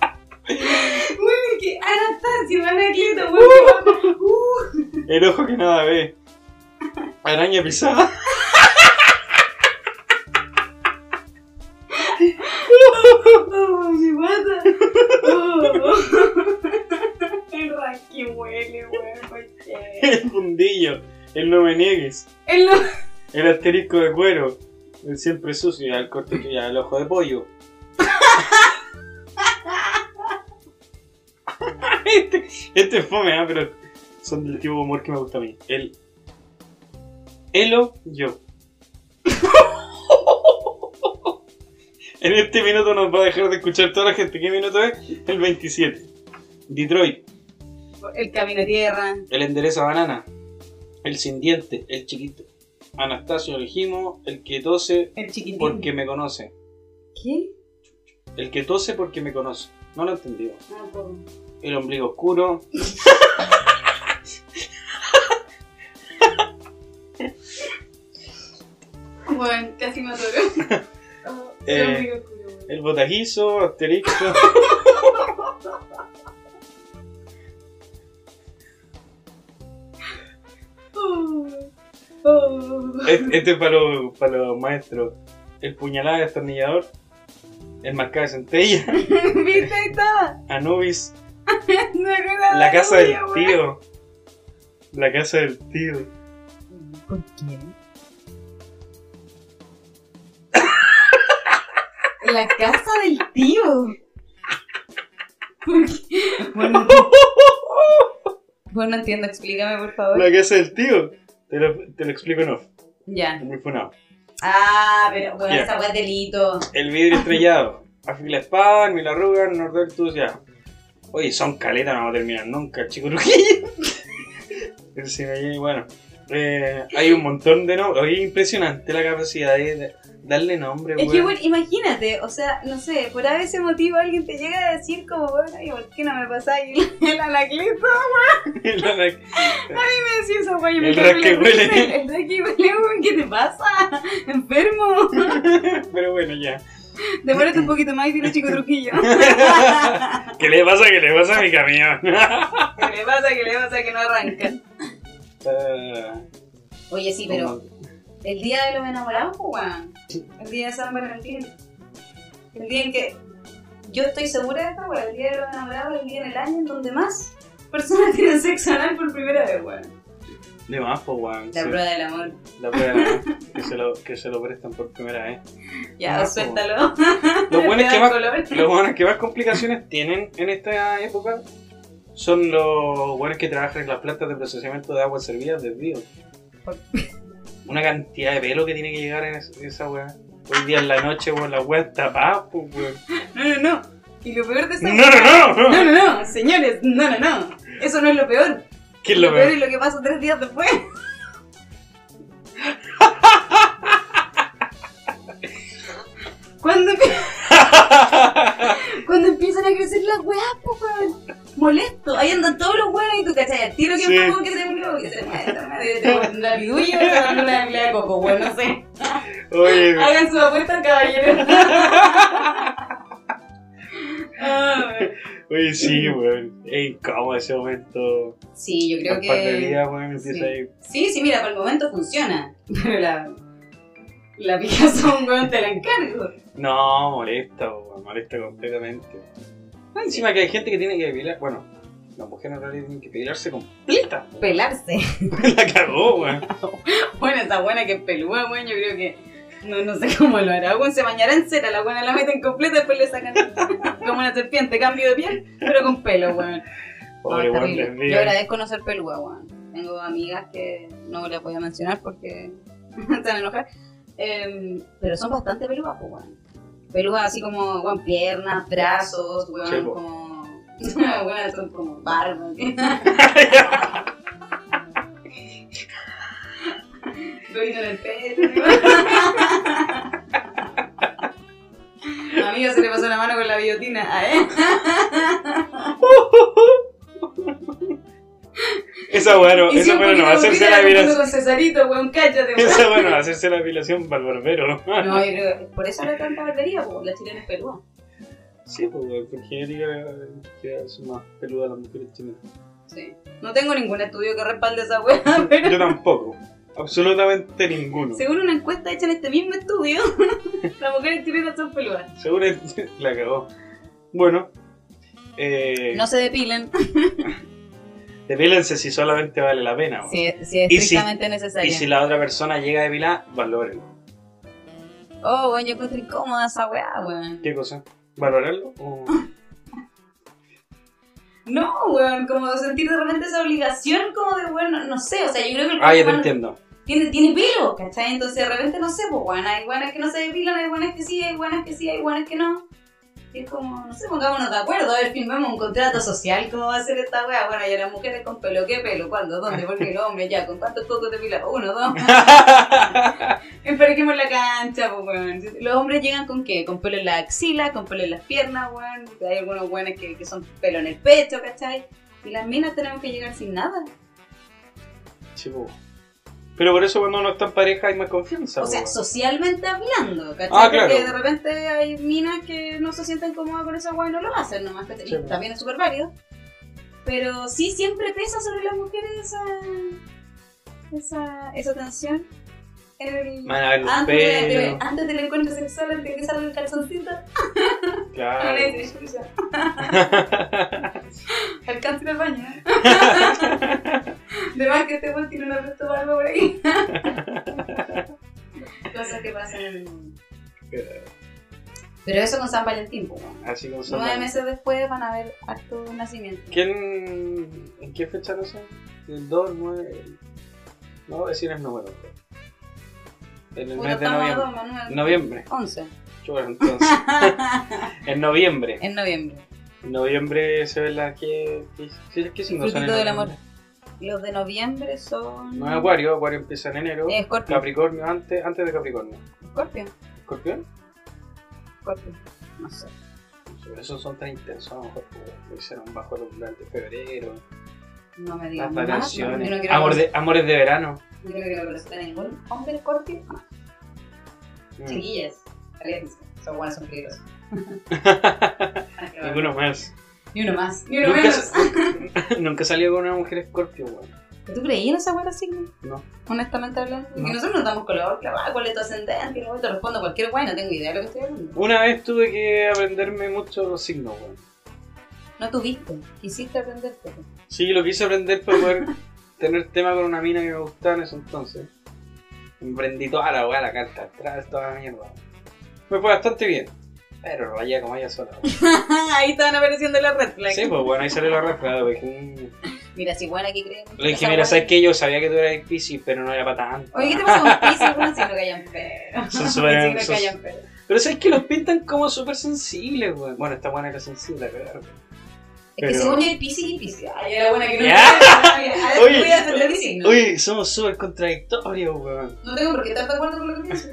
S1: Bueno, es que Anastasio, Anacleto, wey. Uh,
S2: El ojo que nada ve. Araña pisada.
S1: uh. oh, me mata. Oh. El rasqui huele, wey.
S2: El fundillo. El no me niegues.
S1: El no...
S2: El asterisco de cuero. El siempre sucio. El corte que ya. El ojo de pollo. este, este es fome, ¿ah? pero son del tipo de humor que me gusta a mí. El. Elo, yo. en este minuto nos va a dejar de escuchar toda la gente. ¿Qué minuto es? El 27. Detroit.
S1: El camino a tierra.
S2: El endereza banana. El sin diente. El chiquito. Anastasio elegimos. El que tose
S1: El chiquitín.
S2: porque me conoce.
S1: ¿Qué?
S2: El que tose porque me conoce. No lo entendimos.
S1: Ah, por-
S2: El ombligo oscuro.
S1: Bueno, casi me atoró. Oh,
S2: Eh,
S1: el ombligo oscuro, bueno.
S2: El botajizo. Asterisco.
S1: Oh, oh.
S2: este, este es para los para los maestros. El puñalada de destornillador. El marcado de centella.
S1: ¿Viste? Ahí estaba.
S2: Anubis.
S1: Me acordaba
S2: La
S1: de
S2: casa
S1: la
S2: del
S1: tuya, bueno.
S2: tío. La casa del tío.
S1: ¿Con quién? La casa del tío. ¿Por qué? Bueno, bueno, entiendo, explícame por favor.
S2: La casa del tío. Te lo, te lo explico no.
S1: Ya.
S2: Muy funado.
S1: Ah, pero bueno,
S2: Ya.
S1: esa weá es delito.
S2: El vidrio estrellado. Afila espada, mil arrugas, nordeltus, ya. Oye, son caletas, no vamos a terminar nunca, chico Trujillo. Pero si me llena, y bueno. Eh, hay un montón de nombres. Oye, impresionante la capacidad de de darle nombre,
S1: Es que,
S2: weón.
S1: bueno, imagínate, o sea, no sé, por ese motivo alguien te llega a decir como, bueno, ay, ¿por qué no me pasáis el, el anacleto?
S2: El
S1: Me decía esa weá, yo me
S2: El
S1: quedé con
S2: rasque
S1: la
S2: huele.
S1: risa. El rasque huele, weón, ¿qué te pasa? Enfermo.
S2: Pero bueno, ya.
S1: Demórate un poquito más y dile chico Trujillo.
S2: ¿Qué le pasa? ¿Qué le pasa a mi camión?
S1: ¿Qué le pasa? ¿Qué le pasa? Que no arranca. Oye, sí, pero el día de los enamorados, pues, weón. El día de San Valentín. El día en que. Yo estoy segura de esta, weón. El día de los enamorados es el día en el año en donde más personas tienen sexo anal por primera vez, weón.
S2: De más, po, weón.
S1: La
S2: Sí,
S1: prueba del amor.
S2: La prueba. Que se, lo, que se lo prestan por primera vez.
S1: Ya,
S2: Ah,
S1: suéltalo.
S2: Lo bueno es que
S1: Te da
S2: más,
S1: color.
S2: Los buenos que más complicaciones tienen en esta época son los buenos que trabajan en las plantas de procesamiento de agua servida del río. Una cantidad de pelo que tiene que llegar en es- esa weá. Hoy día en la noche, weón, la weá está pues, weón.
S1: No, no, no. Y lo peor de esa
S2: No, no, no.
S1: No, no, no, señores, no, no, no. Eso no es lo peor.
S2: ¿Qué es lo
S1: peor
S2: peor?
S1: es lo que pasa tres días después. Cuando, empie- cuando empiezan a crecer las weas, po, weón. Molesto. Ahí andan todos los weas y tú cachai al tiro que
S2: Sí.
S1: enfermo, que se murió, que se madre, la vidulla, weón, la la coco, weón, no sé.
S2: Oye,
S1: Hagan su apuesta, caballeros. Ah, weón.
S2: oye, sí, weón. Ey, cómo ese momento.
S1: sí, yo creo
S2: Un par de
S1: que.
S2: días, weón, empieza
S1: sí.
S2: ahí.
S1: Sí, sí, mira, por el momento funciona. Pero la. La Picasso, un weón, te la encargo.
S2: No, molesta, weón, molesta completamente. Ah, Encima que hay gente que tiene que depilar. Bueno, las mujeres en realidad tienen que depilarse completa.
S1: Pelarse.
S2: La cagó, weón.
S1: Oh, Bueno, esa buena que es pelúa, weón, yo creo que. No, no sé cómo lo hará. Weón, se bañará en cera, la buena la meten completa y después le sacan. como una serpiente, cambio de piel, pero con pelo, weón.
S2: Pobre
S1: No,
S2: weón,
S1: terrible.
S2: les
S1: Yo
S2: digo.
S1: agradezco no ser pelúa, weón. Tengo amigas que no les voy a mencionar porque se van a enojar. Em, pero son bastante pelúas, pues, weón. Pelúas así como, weón, piernas, brazos, weón,
S2: Sí, po.
S1: como... weón, son como barbas. Dorito en el pecho. Amiga, se le pasó la mano con la guillotina. Ah, ¿eh?
S2: Esa weón, no-
S1: Y si
S2: esa
S1: un
S2: weón no va a
S1: poquito de
S2: hacerse
S1: guillotina
S2: la
S1: la pongo
S2: depilación.
S1: con Cesarito, weón, cállate, weón.
S2: Esa weón no va a hacerse la depilación para el barbero.
S1: No, yo creo que por eso le tanta barbería, porque la chilena es peluda.
S2: Sí, pues, weón, porque yo diría que son más peludas las mujeres chinas.
S1: Sí. No tengo ningún estudio que respalde esa weá, pero
S2: Yo tampoco. Absolutamente ninguno.
S1: según una encuesta hecha en este mismo estudio, las mujeres chilenas son peludas.
S2: Seguro que la cagó. Bueno, eh,
S1: se depilen
S2: depílense si solamente vale la pena. weón.
S1: si, es
S2: Y si- estrictamente
S1: necesario.
S2: Y si la otra persona llega a depilar, valórenlo.
S1: Oh, weón, yo encuentro incómoda esa weá, weón.
S2: ¿Qué cosa? ¿Valorarlo? o-
S1: No, weón, como sentir de repente esa obligación como de, bueno, no sé, o sea, yo creo que el
S2: Ah, ya te
S1: weón
S2: entiendo.
S1: tiene, tiene pelo, ¿cachai? Entonces de repente no sé, pues weón, hay weones que no se depilan, hay weones que sí, hay weones que sí, hay weones que no. Y es como, no sé, pongámonos de acuerdo, a ver, firmemos un contrato social, ¿cómo va a ser esta weá? Bueno, y a las mujeres con pelo, ¿qué pelo? ¿Cuándo? ¿Dónde? Porque el hombre ya, ¿con cuántos cocos depilados? Uno, dos. Emparquemos la cancha, pues weón. Los hombres llegan con qué? Con pelo en la axila, con pelo en las piernas, weón. Hay algunos weones que, que son pelo en el pecho, ¿cachai? Y las minas tenemos que llegar sin nada.
S2: Sí, pues. Pero por eso cuando uno está en pareja hay más confianza.
S1: O sea,
S2: pues,
S1: socialmente hablando, ¿cachai?
S2: Ah, claro.
S1: Porque de repente hay minas que no se sienten cómodas con esa weá y no lo hacen nomás, ¿cachai? Y
S2: Sí, pues.
S1: también es súper válido. Pero sí siempre pesa sobre las mujeres esa, esa, esa tensión. El-
S2: Van a ver los
S1: antes, de- de-
S2: pelos.
S1: antes del encuentro sexual, antes de que salga el calzoncito,
S2: Claro.
S1: Alcance el baño. ¿eh? De más que este weón tiene un arresto o algo por ahí. Cosas que pasan en- Pero eso con San Valentín, pues, weón.
S2: Así como son.
S1: Nueve meses después van a ver harto nacimiento.
S2: ¿Quién, ¿En qué fecha no sé? El 2, 9. No voy a decir el número. pero- En el
S1: Puta,
S2: mes de
S1: estamos a
S2: noviembre.
S1: dos, Manuel.
S2: Noviembre.
S1: 11.
S2: Chulo, entonces. en noviembre.
S1: en noviembre.
S2: En noviembre se ve la que. ¿Qué, qué, qué signos son en
S1: Frutito del amor.
S2: noviembre?
S1: Los de noviembre son.
S2: No es Acuario, Acuario empieza en enero.
S1: Eh, Escorpio.
S2: Capricornio antes, antes de Capricornio.
S1: Escorpio.
S2: ¿Escorpión?
S1: Escorpio. No sé.
S2: Esos son tan intensos, a lo mejor porque lo hicieron bajo el umbral de febrero.
S1: No me digas
S2: Las
S1: más.
S2: vacaciones.
S1: Yo no quiero
S2: Amor de, amores de verano.
S1: Yo creo que no conocen a ningún hombre escorpio. Ah,
S2: Mm.
S1: Chiquillas, calientes. Son buenas, son peligrosas.
S2: Ninguno
S1: Ah,
S2: más.
S1: Ni uno más. Ni uno
S2: Nunca,
S1: menos.
S2: sa- nunca salió con una mujer escorpio, weón.
S1: ¿Tú creías en esa buena signo?
S2: No.
S1: Honestamente hablando.
S2: No.
S1: Que nosotros nos damos color, clavada, cuál es tu ascendente, y luego te respondo cualquier guay, no tengo idea de lo que estoy hablando.
S2: Una vez tuve que aprenderme mucho los signos, weón.
S1: No tuviste, quisiste aprenderte.
S2: Sí, lo quise aprender para poder tener tema con una mina que me gustaba en ese entonces. Emprendí toda la weá, la carta atrás, toda la mierda. Me fue bastante bien. Pero rayé como ella sola. weón.
S1: Ahí estaban apareciendo las red flags.
S2: Sí, pues bueno, ahí salió la pues, rascada. Le dije,
S1: Mira, si buena que crees.
S2: le dije, mira, sabes que yo sabía que tú eras Pisces, pero no era para tanto.
S1: Oye, ¿qué te pasa con Pisces? Bueno, si no callan pero.
S2: Son súper
S1: Si no
S2: son-
S1: callan pero.
S2: Pero sabes que los pintan como súper sensibles, weón. Bueno, esta buena era sensible, claro.
S1: Es
S2: Pero-
S1: que según yo hay Piscis y Piscis. Ay, era buena que no.
S2: Ya.
S1: A ver,
S2: Oye.
S1: voy a defender mi signo.
S2: Oye, somos súper contradictorios, weón.
S1: No tengo por qué estar de acuerdo con lo que pienso.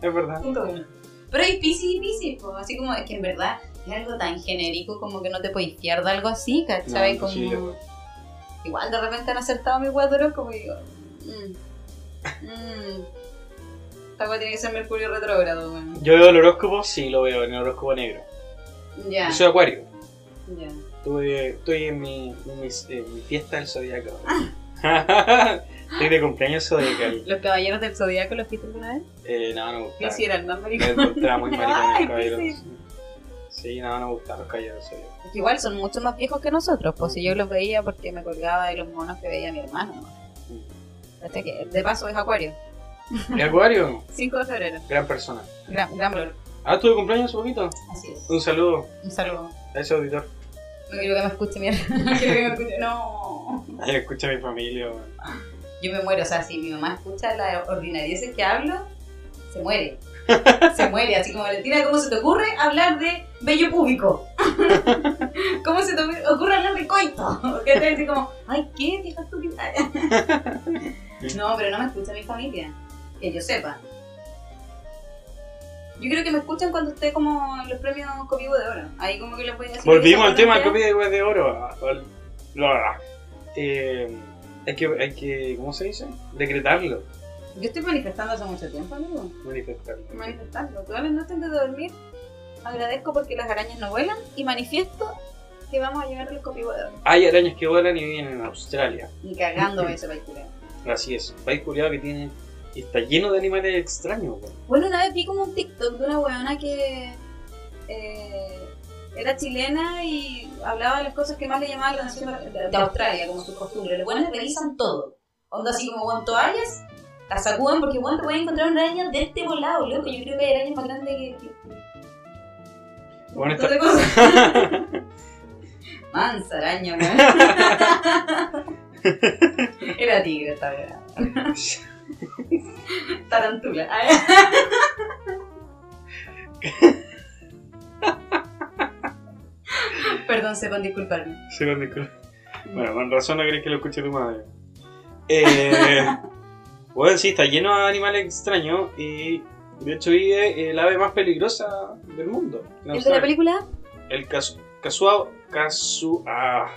S2: Es verdad.
S1: Punto uno. Pero hay Piscis y Piscis, po. pues, así como es que en verdad es algo tan genérico como que no te podéis fiar de algo así, ¿cachai?
S2: No, pues
S1: como...
S2: imposible, weón.
S1: Igual de repente han acertado mi cuadro como y digo. Mmm. Mmm. Esta weá tiene que ser Mercurio retrógrado, weón.
S2: Yo veo el horóscopo, sí lo veo, en el horóscopo negro.
S1: Ya.
S2: Yo soy acuario.
S1: Ya.
S2: Estuve, estoy en mi, en mis- en mi fiesta del zodiaco.
S1: Ah.
S2: estoy de cumpleaños zodiacal.
S1: ¿Los caballeros del zodiaco los viste alguna vez?
S2: Eh, no, no me gusta.
S1: ¿Qué hicieron? ¿Más
S2: Me
S1: maricón?
S2: encontraba muy maricón
S1: Ay,
S2: los caballeros.
S1: sí.
S2: Sí, no, no me gustan los caballeros del zodiaco.
S1: Porque Igual son mucho más viejos que nosotros, pues si yo los veía porque me colgaba de los monos que veía mi hermano. Hasta que, de paso es Acuario,
S2: ¿Y acuario?
S1: 5 de febrero.
S2: Gran persona.
S1: Gran, gran valor.
S2: Ah, tuve cumpleaños hace poquito.
S1: Así es.
S2: Un saludo
S1: Un saludo.
S2: a ese auditor.
S1: No quiero que me escuche, mierda. No quiero que me escuche. No.
S2: Ay, escucha a mi familia. weón.
S1: Yo me muero, o sea, si mi mamá escucha las ordinarieces que hablo, se muere. Se muere, así como Valentina, ¿cómo se te ocurre hablar de bello público? ¿Cómo se te ocurre hablar de coito? Que te así como, ay, ¿qué? Vieja estúpida. No, pero no me escucha mi familia, que yo sepa. Yo creo que me escuchan cuando esté como en los premios Copivo de Oro. Ahí como que les voy a decir.
S2: Volvimos al
S1: que
S2: tema del
S1: son
S2: copia de Weas de oro. Ah, al- la- Eh, hay que, hay que, ¿cómo se dice? Decretarlo.
S1: Yo estoy manifestando hace mucho tiempo, amigo.
S2: Manifestarlo.
S1: manifestarlo. Todas las noches antes de dormir agradezco porque las arañas no vuelan y manifiesto que vamos a llegar al copihuevo.
S2: Hay arañas que vuelan y viven en Australia.
S1: Ni cagando eso, Paikura.
S2: Así es. País culiado que tiene. y está lleno de animales extraños, weón.
S1: Bueno, una vez vi como un TikTok de una weona que eh, era chilena y hablaba de las cosas que más le llamaban la atención de- de, de Australia, como sus costumbres. Los weones revisan todo. Onda así como weón toallas, la sacuden porque weón te voy a encontrar una araña de este volado, loco. Yo creo que hay arañas más grandes que. que-
S2: Bueno,
S1: Otra cosa. Mansa araña, weón. Era tigre esta weá. Tarantula. Perdón, sepan disculparme.
S2: Sí, weón, disculpa. Bueno, con razón no crees que lo escuche tu madre. Eh, bueno, sí, está lleno de animales extraños y de hecho vive eh, el ave más peligrosa del mundo. en
S1: ¿El de la
S2: Australia.
S1: película?
S2: El casu- casua- casu- ah,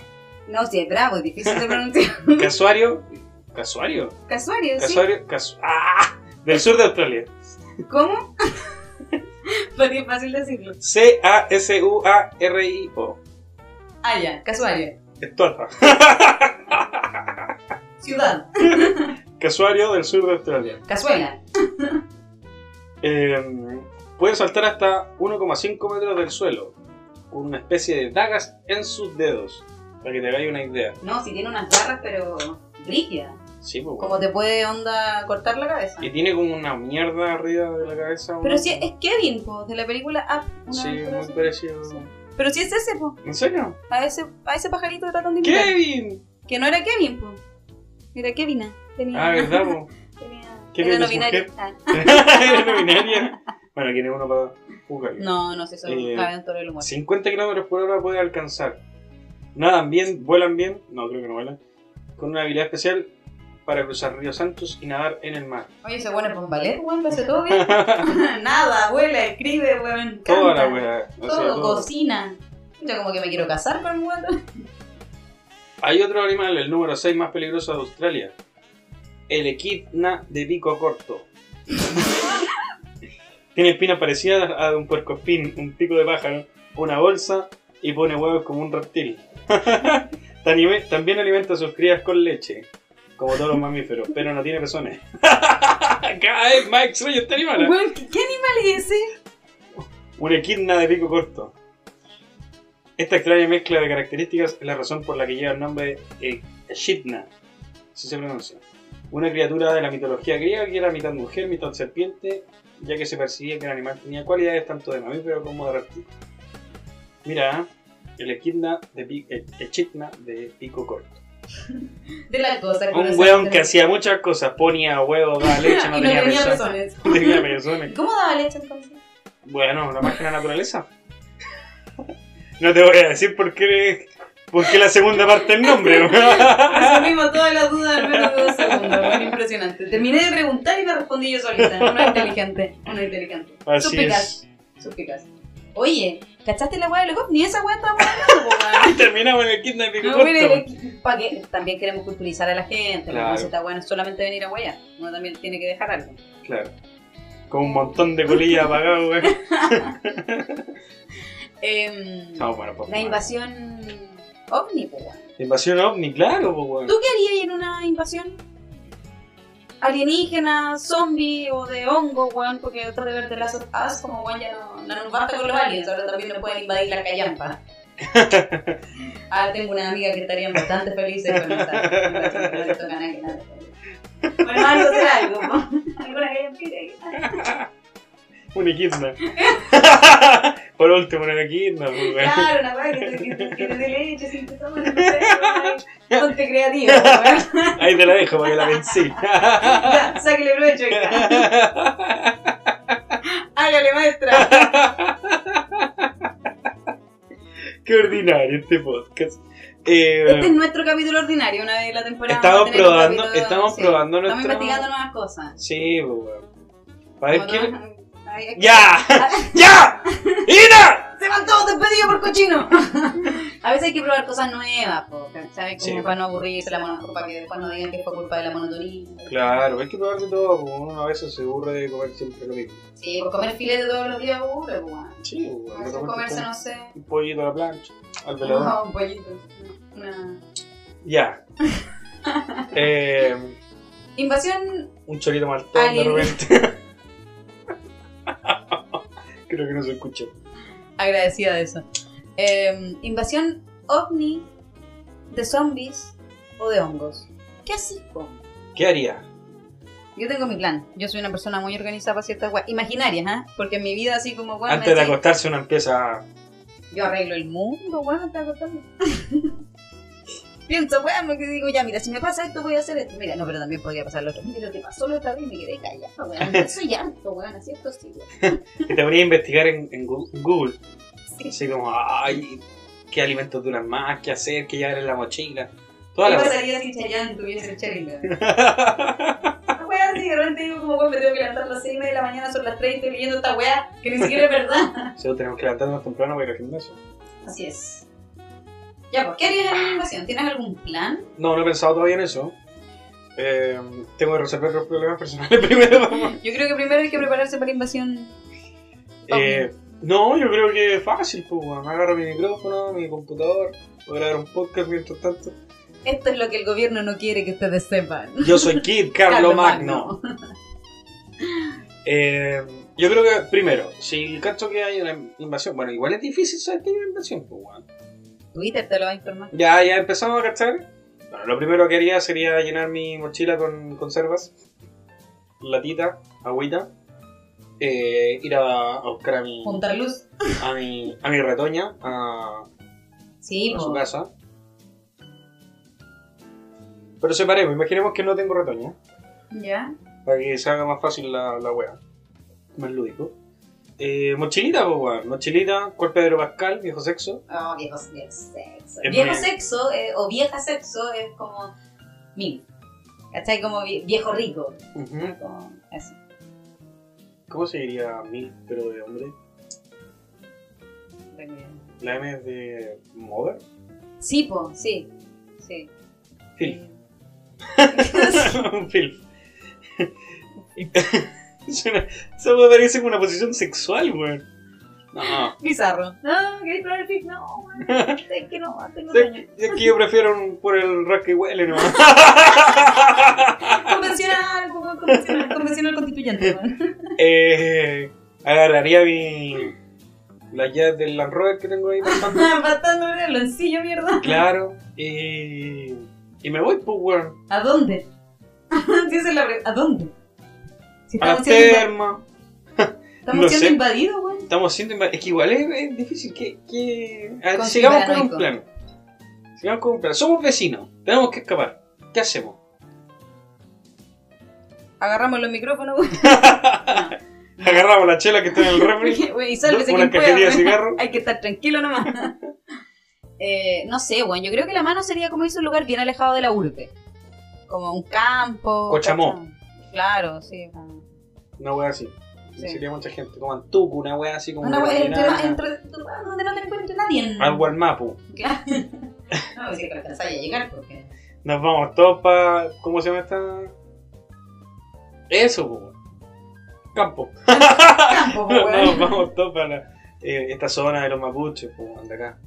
S1: No, sí, es bravo, es difícil de pronunciar.
S2: casuario. Casuario.
S1: Casuario, sí.
S2: Casuario. casu- ah, del sur de Australia.
S1: ¿Cómo? Porque es fácil decirlo.
S2: C-A-S-U-A-R-I-O.
S1: Ah, ya, casuario.
S2: Estuarta.
S1: Ciudad.
S2: Casuario del sur de Australia.
S1: Cazuela.
S2: Eh, pueden saltar hasta 1,5 metros del suelo, con una especie de dagas en sus dedos, para que te hagáis una idea.
S1: No, si tiene unas garras, pero rígidas.
S2: Sí, pues,
S1: Como te puede onda cortar la cabeza.
S2: Y tiene como una mierda arriba de la cabeza. ¿no?
S1: Pero si es Kevin, po, de la película Up. una
S2: Sí,
S1: aventura
S2: muy
S1: así.
S2: parecido.
S1: Sí. Pero si es ese, po.
S2: ¿En serio?
S1: A ese, a ese pajarito tratan de imitar.
S2: ¡Kevin!
S1: Que no era Kevin, po. Era Kevina. Tenía,
S2: Ah, ¿verdad, po?
S1: tenía,
S2: Kevin
S1: era no
S2: es
S1: binario.
S2: mujer.
S1: Ah,
S2: Era una binaria. Bueno, tiene uno para jugar.
S1: no, no sé, eso
S2: Eh,
S1: cabe dentro del humor.
S2: 50 kilómetros por hora puede alcanzar. Nadan bien, vuelan bien, no creo que no vuelan, con una habilidad especial para cruzar ríos anchos y nadar en el mar.
S1: Oye, ese bueno es un ballet, weón, lo hace todo bien. Nada, abuela, escribe, weón.
S2: Toda
S1: canta,
S2: la wea. o sea,
S1: Todo,
S2: todo.
S1: cocina. Yo como que me quiero casar con un weón.
S2: Hay otro animal, el número 6 más peligroso de Australia. El equidna de pico corto. Tiene espinas parecidas a de un puercoespín, un pico de pájaro, una bolsa y pone huevos como un reptil. Tanime- También alimenta a sus crías con leche, como todos los mamíferos, pero no tiene pezones. Cada vez más extraño este animal. ¿eh?
S1: Weón, ¿qué, qué animal es ese?
S2: Un equidna de pico corto. Esta extraña mezcla de características es la razón por la que lleva el nombre de Echidna, si se pronuncia. Una criatura de la mitología griega que era mitad mujer, mitad serpiente, ya que se percibía que el animal tenía cualidades tanto de mamífero como de reptil. Mira, ¿eh? el equidna de, pi- el Echidna de pico corto.
S1: De la cosa.
S2: Un weón que hacía muchas cosas, ponía huevos, daba leche, no
S1: y no
S2: tenía
S1: tenía
S2: pezones.
S1: pezones.
S2: Tenía pezones.
S1: ¿Cómo daba leche entonces?
S2: Bueno, la página naturaleza. No te voy a decir por qué, por qué la segunda parte del nombre.
S1: Resolvimos todas las dudas en menos de dos segundos. Bueno, impresionante. Terminé de preguntar y me respondí yo solita. Uno es inteligente. Uno es inteligente.
S2: Así es.
S1: Suspicaz. Oye, ¿cachaste la weá de Legop? Ni esa weá estaba hablando, po, weón.
S2: Y terminamos en el kidnapping
S1: No,
S2: corto.
S1: mire, pa' que- también queremos culturizar a la gente.
S2: Claro.
S1: La cosa está bueno solamente venir a hueá. Uno también tiene que dejar algo.
S2: Claro. Con un montón de colillas apagadas, güey.
S1: Em,
S2: No, bueno, pues,
S1: la
S2: bueno.
S1: invasión ovni, po, weón.
S2: Invasión ovni, claro, pues, güey.
S1: ¿Tú qué harías en una invasión? Alienígena, zombie o de hongo, weón, porque después de ver The Last of Us, como weón, ya no, no nos basta con los aliens, ahora también nos pueden invadir la callampa. ah, tengo una amiga que estaría bastante feliz con esta invasión, con estos canales, nada. Bueno, algo será algo, ¿no? Alguna callampita.
S2: Un equidna. Por último, un equidna, pues, güey.
S1: Claro, una weá que te que- que te dé leche sin que tomes, no sé, weón. Ponte creativa, weón.
S2: Ahí te la dejo para que la pensé.
S1: Ya, Sáquele provecho, hija. Hágale, maestra.
S2: Qué ordinario este podcast. Eh,
S1: Este es nuestro capítulo ordinario, una vez la temporada.
S2: Estamos
S1: vamos a tener un
S2: probando- estamos probando
S1: Estamos
S2: nuestro-
S1: investigando nuevas cosas.
S2: Sí, pues, güey. Para ver
S1: Como
S2: qué-
S1: no- Ay, es que-
S2: ¡Ya! ¡Ya! ¡Ina!
S1: ¡Se van todos despedidos por cochino! a veces hay que probar cosas nuevas, po, ¿sabes? Como
S2: Sí.
S1: para no aburrirse, la mono- para que después no digan que fue culpa de la monotonía.
S2: Claro, hay que probar de todo, pues, uno a veces se aburre de comer siempre lo mismo.
S1: Sí, por comer filete todos los días aburre, po. weón.
S2: Sí,
S1: A
S2: pues, güey, de
S1: veces
S2: repente
S1: comerse,
S2: está
S1: no sé,
S2: Un pollito a la plancha, al velador.
S1: no, un pollito. Una...
S2: Ya. Eh,
S1: Invasión
S2: un chorito maltón
S1: Alien.
S2: de repente. Creo que no se escucha.
S1: agradecida de eso. Eh, invasión ovni de zombies o de hongos. ¿Qué así, po?
S2: ¿Qué haría?
S1: Yo tengo mi plan. Yo soy una persona muy organizada para ciertas weas. Imaginarias, ¿ah? Porque en mi vida así como weón,
S2: Antes de
S1: me decís,
S2: acostarse uno empieza a...
S1: yo arreglo el mundo, weón, antes de acostarme. Pienso, weón, porque digo, ya, mira, si me pasa esto, voy a hacer esto. Mira, no, pero también podría pasar lo otro. Mira, lo que pasó la otra vez me quedé callada, weón. Soy harto, weón, así esto sí, weón.
S2: que te ponía a investigar en, en Gu- Google.
S1: Sí.
S2: Así como, ay, qué alimentos duran más, qué hacer, qué llevar en la mochila. Toda
S1: ¿Qué
S2: la...
S1: pasaría si Chayanne tuviese el Charinga? Una Weá, sí, de repente digo como, weón, me tengo que levantar a las 6 de la mañana, son las 3 y estoy leyendo esta weá, que ni siquiera es verdad.
S2: Solo pues, tenemos que levantarnos temprano para ir al gimnasio.
S1: Así es. Ya, ¿por qué harías la invasión? ¿Tienes algún plan?
S2: No, no he pensado todavía en eso. Eh, tengo que resolver los problemas personales primero.
S1: Yo creo que primero hay que prepararse para la invasión.
S2: Eh, no, yo creo que es fácil, pues, weón. Agarro mi micrófono, mi computador, voy a grabar un podcast mientras tanto.
S1: Esto es lo que el gobierno no quiere que ustedes sepan.
S2: Yo soy Kid Carlo Magno. Eh, yo creo que, primero, si cacho que hay una invasión, bueno, igual es difícil saber que hay una invasión, pues, weón.
S1: Twitter te lo va a informar.
S2: Ya, ya empezamos a cachar. Bueno, lo primero que haría sería llenar mi mochila con conservas, latita, agüita, eh, ir a, a buscar a mi,
S1: Puntar luz.
S2: a mi, a mi retoña, a,
S1: Sí,
S2: a
S1: po.
S2: su casa. Pero separemos, imaginemos que no tengo retoña,
S1: Ya.
S2: para que se haga más fácil la, la wea, más lúdico. Eh, mochilita, pues, weón, mochilita, cuerpo de Pedro Pascal, viejo sexo.
S1: Oh, viejo, viejo sexo.
S2: Es
S1: viejo
S2: muy-
S1: sexo eh, o vieja sexo es como mil. ¿Cachai? Como vie- viejo rico. Como así.
S2: ¿Cómo se diría mil, pero de hombre? La M es de mover.
S1: Sí, po, sí. Sí. Eh.
S2: Filf. Un filf. Eso me parece como una posición sexual, weón. No.
S1: Bizarro. No, ¿queréis probar el pic? No, weón. Es que no, tengo sueño.
S2: Es que yo prefiero un- por el rock que huele nomás.
S1: Convencional, po, convencional, convencional constituyente, weón.
S2: Eh, agarraría mi. Las llaves del Land Rover que tengo ahí bastante.
S1: Bastante el loncillo, mierda.
S2: Claro. Y. Y me voy, pues, weón.
S1: ¿A dónde? Sí, esa es la pre- ¿A dónde? Si
S2: A la
S1: estamos siendo, inva-
S2: terma.
S1: estamos
S2: no
S1: siendo
S2: sé.
S1: invadidos, weón.
S2: Estamos siendo inva- Es que igual es, es difícil que. que... A ver,
S1: Con
S2: sigamos con un
S1: superanoico.
S2: plan. Sigamos con un plan. Somos vecinos. Tenemos que escapar. ¿Qué hacemos?
S1: Agarramos los micrófonos, weón. No.
S2: Agarramos la chela que está en el refri.
S1: Porque, güey, y sálvese quien
S2: una
S1: pueda,
S2: cajetilla de
S1: güey.
S2: cigarro.
S1: Hay que estar tranquilo nomás. Eh, no sé, bueno, yo creo que la mano sería como irse a un lugar bien alejado de la urbe. Como un campo.
S2: Cochamó.
S1: ¿cachai? Claro, sí. como-
S2: Una wea así.
S1: Sí.
S2: Sería mucha gente. Como Antuco, una wea así como.
S1: Una wea entre,
S2: Guaraná,
S1: entre- donde no te encuentre nadie.
S2: Algo al mapu.
S1: Claro. No, pues sí, que alcanzás a llegar porque.
S2: Nos vamos todos para. ¿Cómo se llama esta? Eso, po. Campo.
S1: Campo, pues,
S2: Nos
S1: weón.
S2: vamos todos para eh, esta zona de los mapuches, po, de acá.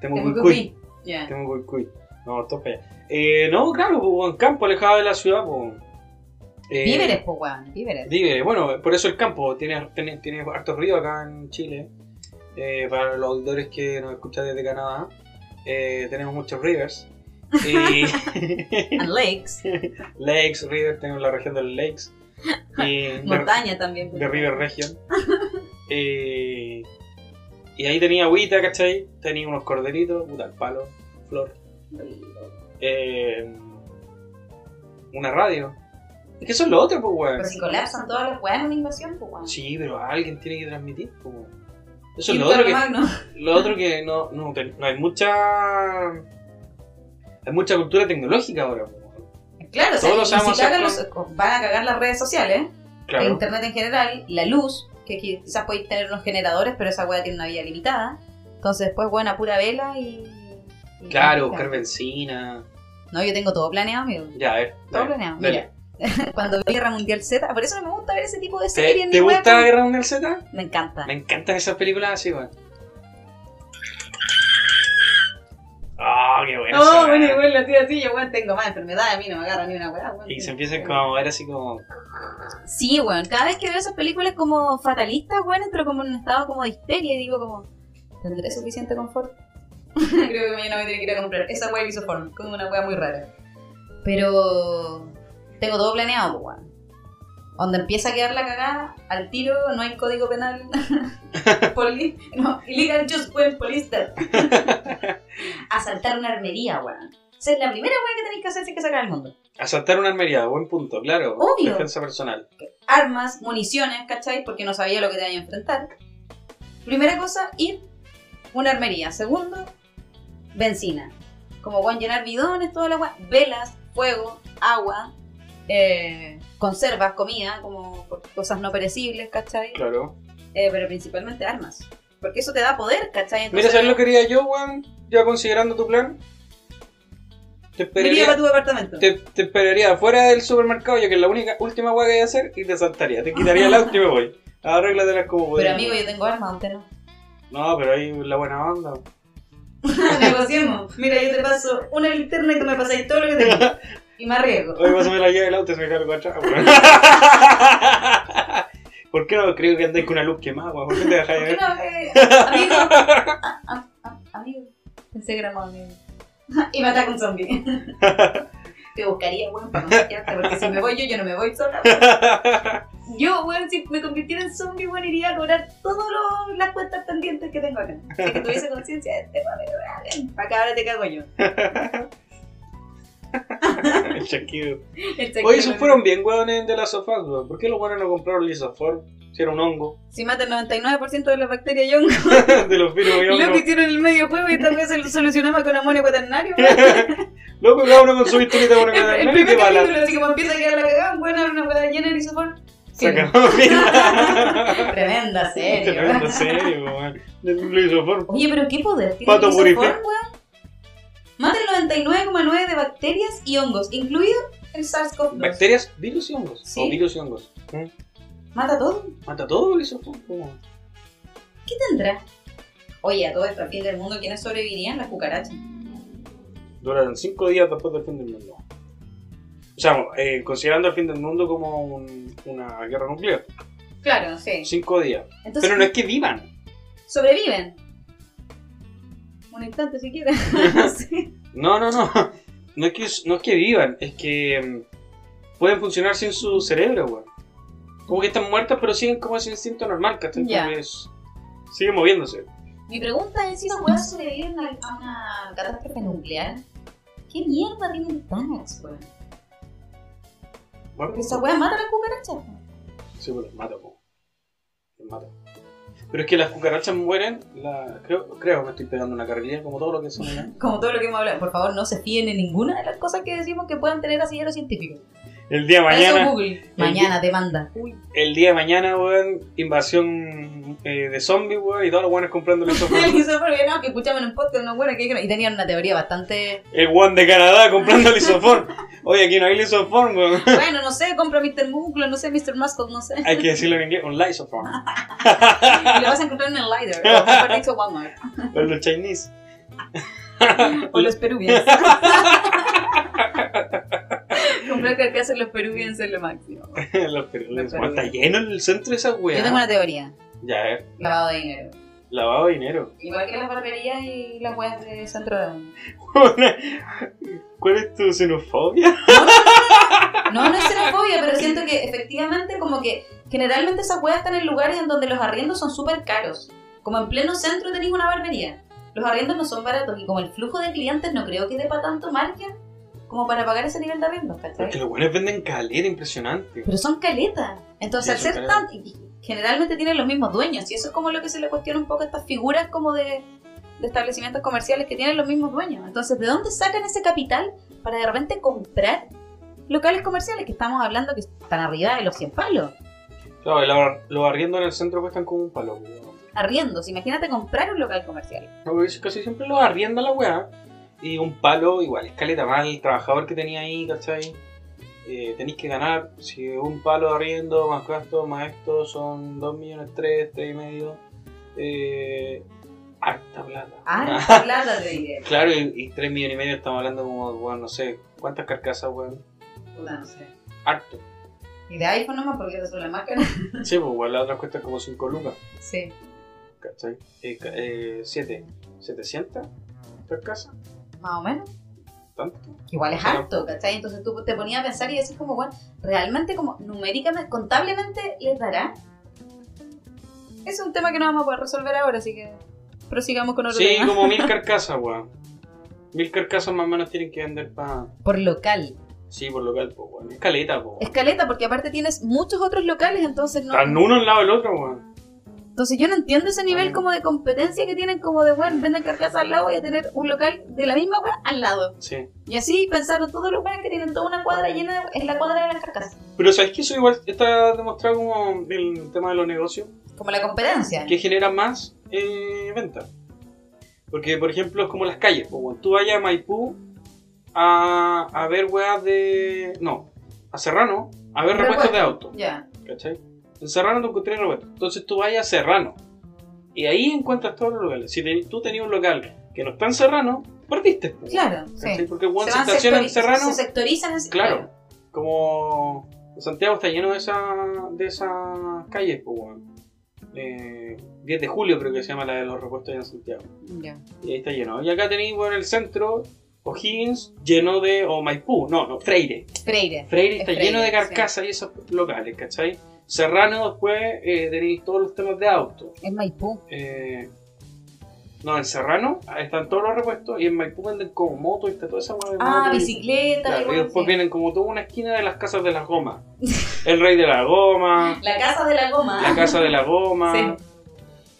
S2: Temucuicuy.
S1: Temucucuy. Ya.
S2: Temucuicuy. Nos vamos todos para allá. Eh, no, claro, po, en campo alejado de la ciudad, po. Eh,
S1: Víveres, pues, weón. Víveres.
S2: Vive, bueno, por eso el campo tiene, tiene, tiene harto río acá en Chile. Eh, para los auditores que nos escuchan desde Canadá, eh, tenemos muchos rivers. Y
S1: And lakes.
S2: lakes, rivers, tenemos la región de los lakes. Y de,
S1: Montaña también. pues.
S2: de River Region. Eh, y ahí tenía agüita, ¿cachai? Tenía unos corderitos, puta, el palo, flor. eh, una radio. Es que eso es lo otro, pues, weón.
S1: Pero si colapsan todas las weas en una invasión, pues, weón.
S2: Sí, pero alguien tiene que transmitir. po. Eso es
S1: Y
S2: lo otro, que,
S1: Carlomagno.
S2: lo otro que no, no, te- no hay mucha. Hay mucha cultura tecnológica ahora. pues, po.
S1: Claro, o sea,
S2: Todos
S1: y
S2: sabemos
S1: si cagan
S2: hacer
S1: los- van a cagar las redes sociales, el
S2: Claro.
S1: internet en general, la luz, que qui- quizás podéis tener unos generadores, pero esa weá tiene una vida limitada. Entonces, después, bueno, a pura vela y. y-
S2: Claro, buscar benzina.
S1: No, yo tengo todo planeado, amigo.
S2: Ya, a ver.
S1: Todo
S2: dale,
S1: planeado.
S2: dale.
S1: Mira, cuando vi Guerra Mundial Z, por eso no me gusta ver ese tipo de series.
S2: ¿Te,
S1: ni
S2: te
S1: weá
S2: gusta
S1: con-
S2: Guerra Mundial Z?
S1: Me encanta.
S2: Me encantan esas películas así, weón. Ah, qué bueno.
S1: No, Oh, bueno, igual la tía así, yo weón, tengo más enfermedad, a mí no me agarra ni una weá. weón.
S2: Y se empiezan como a mover así como.
S1: Sí, weón, cada vez que veo esas películas como fatalistas, weón, entro como en un estado como de histeria y digo como, ¿tendré suficiente confort? Creo que mañana voy a tener que ir a comprar esa weá Visoform, como una weá muy rara. Pero tengo todo planeado, pues, weón. Donde empieza a quedar la cagada, al tiro, no hay código penal. Poli no, illegal just when police step. Asaltar una armería, weón. Esa es la primera weá que tenéis que hacer si es que sacar al mundo.
S2: Asaltar una armería, buen punto, claro.
S1: Obvio.
S2: Defensa personal.
S1: armas, municiones, ¿cachai? Porque no sabía lo que te iba a enfrentar. Primera cosa, ir a una armería. Segundo, benzina. Como van a llenar bidones, toda la agua, velas, fuego, agua, eh, conservas, comida, como cosas no perecibles, ¿cachai?
S2: Claro.
S1: Eh, pero principalmente armas. Porque eso te da poder, ¿cachai?
S2: Mira, ¿sabes lo que haría yo, weón? Ya considerando tu plan. Te
S1: Iría para
S2: esperaría,
S1: tu departamento.
S2: te, te esperaría afuera del supermercado, ya que es la única última weá que voy a hacer, y te saltaría. Te quitaría el auto y me voy. Arréglatelas como
S1: Pero
S2: podías.
S1: amigo, yo tengo armas, usted no.
S2: No, pero ahí la buena onda.
S1: Negociemos. Mira, yo te paso una linterna y tú me pasáis todo lo que tengo. Y me arriesgo.
S2: Hoy vas a ver la llave del auto y se me cargo atrás, weón. ah, ¿Por qué no creo que andáis con una luz quemada, weón? ¿Por qué te dejáis
S1: ¿Por qué
S2: ver?
S1: no? Eh, amigo. Ah, ah, ah, amigo. Pensé que era más amigo. Y me ataca un zombie. Te buscaría, weón, para contagiarte, porque si me voy yo, yo no me voy sola. weón. Yo, weón, si me convirtiera en zombie, weón, iría a cobrar todas las cuentas pendientes que tengo acá. Si que tuviese conciencia de este, weón, para acá ahora te cago yo.
S2: El chasquido.
S1: El sexo
S2: Oye, esos
S1: no-
S2: fueron bien weones de las sofás, weón. ¿Por qué los buenos no compraron lisoform? Si era un hongo.
S1: Si mata el 99% de las bacterias y hongos,
S2: de los virus, y
S1: lo
S2: hongos.
S1: que hicieron el medio juego y también se lo solucionaba con amonio cuaternario, weón.
S2: Loco, cada uno con su pistolita, bueno,
S1: El,
S2: cada
S1: el
S2: uno y te
S1: primer
S2: bala.
S1: capítulo, así como empieza a quedar la cagada, bueno, era una weá llena de isopor.
S2: Se
S1: Fin.
S2: acabó, mira.
S1: Tremenda serie.
S2: Tremendo, serio, weón. Lo hizo por-
S1: Oye, pero qué poder tiene
S2: Pato
S1: el isopor,
S2: purifi-
S1: weón. Mata el 99,9 de bacterias y hongos, incluido el SARS-CoV-2.
S2: Bacterias, virus y hongos.
S1: Sí.
S2: O virus y hongos.
S1: Mata todo.
S2: Mata todo el isopor. weón.
S1: ¿Qué tendrá? Oye, a todo esto, al fin del mundo, ¿quiénes sobrevivirían? Las cucarachas.
S2: Duraron 5 días después del fin del mundo. O sea, eh, considerando el fin del mundo como un- una guerra nuclear.
S1: Claro, sí.
S2: 5 días.
S1: Entonces,
S2: Pero no es que vivan.
S1: sobreviven. Un instante, si quieren. Sí.
S2: No, no, no. No es que, no es que vivan. Es que mm, pueden funcionar sin su cerebro, weón. Como que están muertas, pero siguen como ese instinto normal, que
S1: Ya.
S2: Sigue moviéndose.
S1: Mi pregunta es si esas weas sobreviven a a una catástrofe nuclear. ¿Qué mierda tienen Thanos, weón?
S2: Bueno,
S1: Porque esa wea mata a las cucarachas.
S2: Sí, pues los mato, po. los mata. Pero es que las cucarachas mueren, la- creo, creo que estoy pegando una carrilla como todo lo que son allá.
S1: Como todo lo que hemos hablado, por favor, no se fíen en ninguna de las cosas que decimos que puedan tener asillero científico.
S2: El día de
S1: Para Eso
S2: mañana,
S1: Google, mañana demanda.
S2: el día de mañana, weón, invasión eh, de zombies, weón, y todos los weones comprando el
S1: Y eso fue, no, que escuchamos en un podcast, no, bueno, que dijeron- y tenían una teoría bastante...
S2: El weón de Canadá comprando el isoform. Oye, aquí no hay lisoform, weón.
S1: Bueno, no sé, compra Mr. Mooglo, no sé, Mr. Muscle, no sé.
S2: Hay que decirlo en inglés, un lisoform.
S1: Y lo vas a encontrar en el Lider, o mejor dicho, Walmart,
S2: O los chinese.
S1: o los peruvians. comprar carcasa en los peruvians es lo máximo.
S2: los
S1: Los
S2: peruanos. Weón, Está
S1: peruanos.
S2: lleno el centro de esa
S1: Yo tengo
S2: weá.
S1: una teoría,
S2: Ya, a ver,
S1: lavado de dinero.
S2: lavado de dinero.
S1: Igual que las barberías y las weas de centro de...
S2: ¿Cuál es tu xenofobia?
S1: No, no es xenofobia, pero siento que efectivamente como que generalmente esas weas están en lugares en donde los arriendos son súper caros. Como en pleno centro tenéis una barbería. Los arriendos no son baratos y como el flujo de clientes no creo que dé para tanto margen como para pagar ese nivel de arriendos,
S2: Porque
S1: ¿cachai?
S2: los buenos venden calera, impresionante.
S1: Pero son caletas. Entonces,
S2: Ya,
S1: al
S2: son
S1: ser
S2: caletas.
S1: tan... y Generalmente tienen los mismos dueños y eso es como lo que se le cuestiona un poco a estas figuras como de, de establecimientos comerciales que tienen los mismos dueños. Entonces, ¿de dónde sacan ese capital para de repente comprar locales comerciales que estamos hablando que están arriba de los 100 palos?
S2: Claro, y la- los arriendos en el centro cuestan como un palo, weón.
S1: Arriendos, imagínate comprar un local comercial.
S2: No, porque Casi siempre los arrienda la weá. Y un palo, igual, escaleta mal, el trabajador que tenía ahí, ¿cachai? Eh, tenéis que ganar, si un palo de arriendo, más gastos, más esto, son 2 millones 3, 3 y medio. Eh, harta plata.
S1: Ah, plata de dinero.
S2: Claro, y, 3 millones y medio estamos hablando como, weón, no sé, ¿cuántas carcasas, weón?
S1: Puta, no sé.
S2: Harto.
S1: Y de iPhone nomás porque esas son las más caras.
S2: Sí, pues igual la otra cuesta como 5 lucas,
S1: Sí.
S2: ¿cachai? 7, eh, siete, 700 por casa,
S1: Más o menos.
S2: tanto.
S1: Que igual es
S2: Claro.
S1: harto, ¿cachai? Entonces tú te ponías a pensar y decís como, bueno, realmente como numéricamente, contablemente les dará. Es un tema que no vamos a poder resolver ahora, así que prosigamos con otro
S2: Sí,
S1: tema.
S2: como mil carcasas, weón. Mil carcasas más o menos tienen que vender para.
S1: Por local.
S2: Sí, por local, pues, weón. Escaleta, pues. weón.
S1: Escaleta, porque aparte tienes muchos otros locales, entonces no...
S2: Están uno al lado del otro, weón.
S1: Entonces yo no entiendo ese nivel
S2: Ah.
S1: como de competencia que tienen como de, bueno, venden carcasa al lado, voy a tener un local de la misma weá al lado.
S2: Sí.
S1: Y así pensaron todos los weones que tienen toda una cuadra llena de, en la cuadra de las carcasas.
S2: Pero sabes que eso igual está demostrado como el tema de los negocios,
S1: Como la competencia.
S2: que genera más eh, venta. Porque, por ejemplo, es como las calles, pues, weón. Tú vayas a Maipú a, a ver weas de. No, a Serrano a ver repuestos de auto.
S1: Ya.
S2: ¿Cachai? En Serrano te encontré Roberto. Entonces tú vayas a Serrano. Y ahí encuentras todos los locales. Si te- tú tenías un local que no está en Serrano, perdiste. po,
S1: Claro,
S2: ¿cachai?
S1: sí.
S2: Porque Juan se
S1: van
S2: estaciona en
S1: sectori-
S2: Serrano.
S1: se sectorizan en
S2: Claro. Como Santiago está lleno de esa de esas calles, pues, weón. Eh, 10 de julio creo que se llama la de los repuestos allá en Santiago.
S1: Ya.
S2: Y ahí está lleno. Y acá tenéis, bueno, el centro, O'Higgins, lleno de... o Maipú, no, no, Freire.
S1: Freire.
S2: Freire
S1: Es
S2: está
S1: Freire,
S2: lleno de
S1: sí.
S2: carcasas y esos locales, ¿cachai? Serrano después eh, tenéis todos los temas de auto.
S1: Es Maipú.
S2: Eh, no, en Serrano están todos los repuestos y en Maipú venden como moto y está toda esa hueá de
S1: Ah,
S2: moto y-
S1: bicicleta.
S2: Claro, y
S1: igual,
S2: después
S1: sí.
S2: vienen como toda una esquina de las casas de las gomas. El rey de la goma,
S1: La casa de la goma.
S2: la casa de la goma,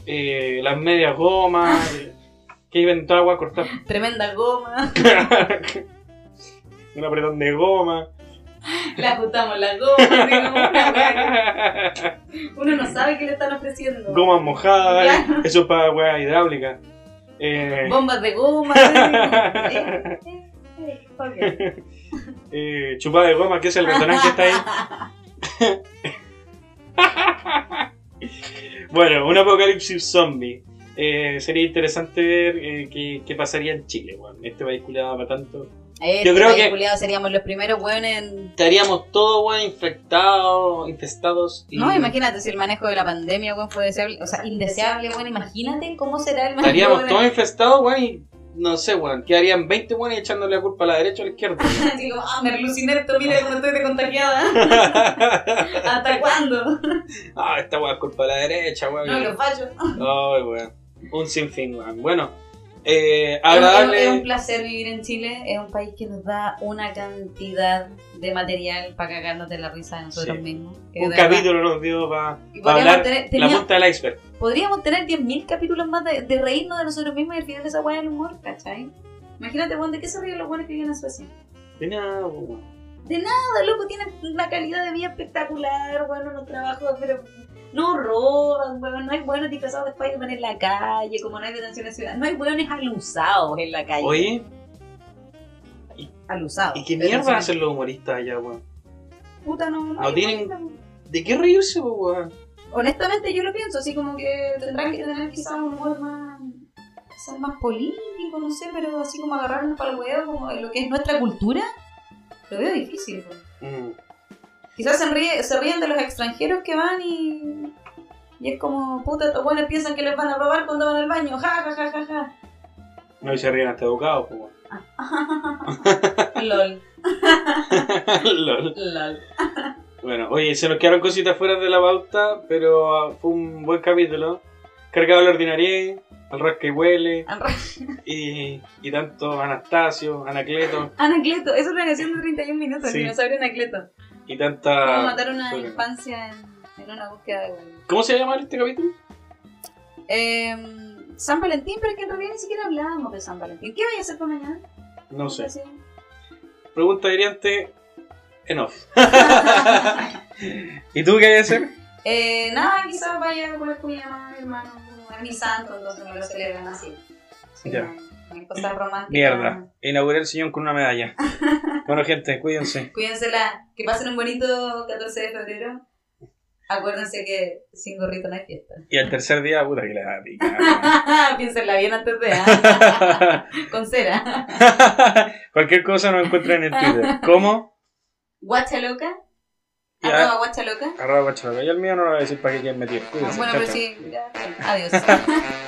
S2: eh, las medias
S1: Ah.
S2: gomas, que iban toda agua cortada.
S1: Tremenda goma.
S2: Un apretón de goma.
S1: La ajustamos la goma. así como una wea que Uno no sabe qué le están ofreciendo.
S2: gomas mojadas,
S1: Claro.
S2: eh, eso es para weá hidráulica. Eh,
S1: Bombas de goma. así como, eh, eh, ok.
S2: eh, chupada de goma, que es el restaurante que está ahí. Bueno, un apocalipsis zombie. Eh, sería interesante ver eh, qué, qué pasaría en Chile, weón. Este país culiado para tanto.
S1: Este,
S2: Yo creo
S1: país
S2: que-
S1: culiao, seríamos los primeros hueones en...
S2: Estaríamos todos, weón, infectados, infestados. Y
S1: No, imagínate si el manejo de la pandemia, weón, fue deseable, o sea, indeseable, weón, imagínate cómo será el manejo
S2: Estaríamos
S1: de-
S2: todos infestados, weón, y no sé, weón. Quedarían 20 weones echándole la culpa a la derecha o a la izquierda.
S1: Así como, ah, me aluciné esto, mira cómo estoy de contagiada. ¿Hasta cuándo?
S2: ah, esta weón es culpa de la derecha, weón.
S1: No, los fallos.
S2: Ay, weón. Un sinfín, weón. Bueno, eh,
S1: Es,
S2: agradable.
S1: es un placer vivir en Chile, es un país que nos da una cantidad de material para cagarnos de la risa de nosotros
S2: Sí.
S1: mismos. que
S2: Un
S1: de verdad-
S2: capítulo nos dio para
S1: Y podríamos
S2: hablar
S1: tener-
S2: la
S1: tenía-
S2: punta del iceberg.
S1: podríamos tener 10.000 capítulos más de, de reírnos de nosotros mismos y al final esa hueá del humor, ¿cachai? Imagínate, weón, ¿de qué se ríen los buenos que viven en Suecia?
S2: De nada, weón.
S1: Nada, loco, tienen una calidad de vida espectacular, bueno, los trabajos, pero no roban, weón, no hay buenos disfrazados de Spider-Man en la calle, como no hay detención en la ciudad, no hay buenos alusados en la calle.
S2: Oye,
S1: alusados.
S2: ¿y qué
S1: Detención
S2: mierda
S1: en-
S2: hacen los humoristas allá, weón?
S1: Puta, no, no,
S2: No
S1: hay
S2: tienen-
S1: buenos.
S2: ¿De qué reírse, po, weón?
S1: Honestamente yo lo pienso, así como que tendrán que tener quizás un humor más, quizás más político, no sé, pero así como agarrarnos para el huevo, como de lo que es nuestra cultura, lo veo difícil. po.
S2: Mm.
S1: Quizás se, ríe- se ríen de los extranjeros que van y, y es como, puta, estos buenos piensan que les van a robar cuando van al baño, ja, ja, ja, ja, ja.
S2: No, y se ríen hasta educados, po, weón.
S1: Lol,
S2: Lol.
S1: lol.
S2: Bueno, oye, se nos quedaron cositas fuera de la pauta, pero ah, fue un buen capítulo. Cargado al ordinarie, al ras que huele,
S1: Al ra-
S2: y, y tanto Anastasio, Anacleto,
S1: Anacleto, es una canción de 31 minutos,
S2: Sí. Ah,
S1: el dinosaurio Anacleto.
S2: y tanta...
S1: Cómo matar una
S2: Bueno.
S1: infancia en, en una búsqueda de huevo.
S2: ¿Cómo se llama este capítulo?
S1: Eh, San Valentín, pero es que en realidad ni siquiera hablábamos de San Valentín. ¿Qué voy a hacer para mañana?
S2: No sé.
S1: Así.
S2: Pregunta hiriente, en off. ¿Y tú qué vas a hacer?
S1: Eh, nada, quizás vaya con el cuñado, mi hermano, es mi santo, entonces me lo celebran así. Sí,
S2: Ya.
S1: no, no hay cosas románticas. Ah.
S2: Mierda, inauguré el sillón con una medalla. Bueno, gente, cuídense.
S1: Cuídensela, que pasen un bonito 14 de febrero. Acuérdense que sin gorrito no hay fiesta.
S2: Y al tercer día, puta que le da pica.
S1: Piénsenla bien antes de. ah, con cera.
S2: Cualquier cosa nos encuentran en el Twitter. ¿Cómo?
S1: Guacha loca.
S2: Ya.
S1: Arroba guacha loca.
S2: Arroba guacharaca. Y el mío no lo voy a decir para que queden metidos.
S1: Ah,
S2: Cuídense,
S1: Bueno,
S2: chao,
S1: pero
S2: chao.
S1: sí. ya, Adiós.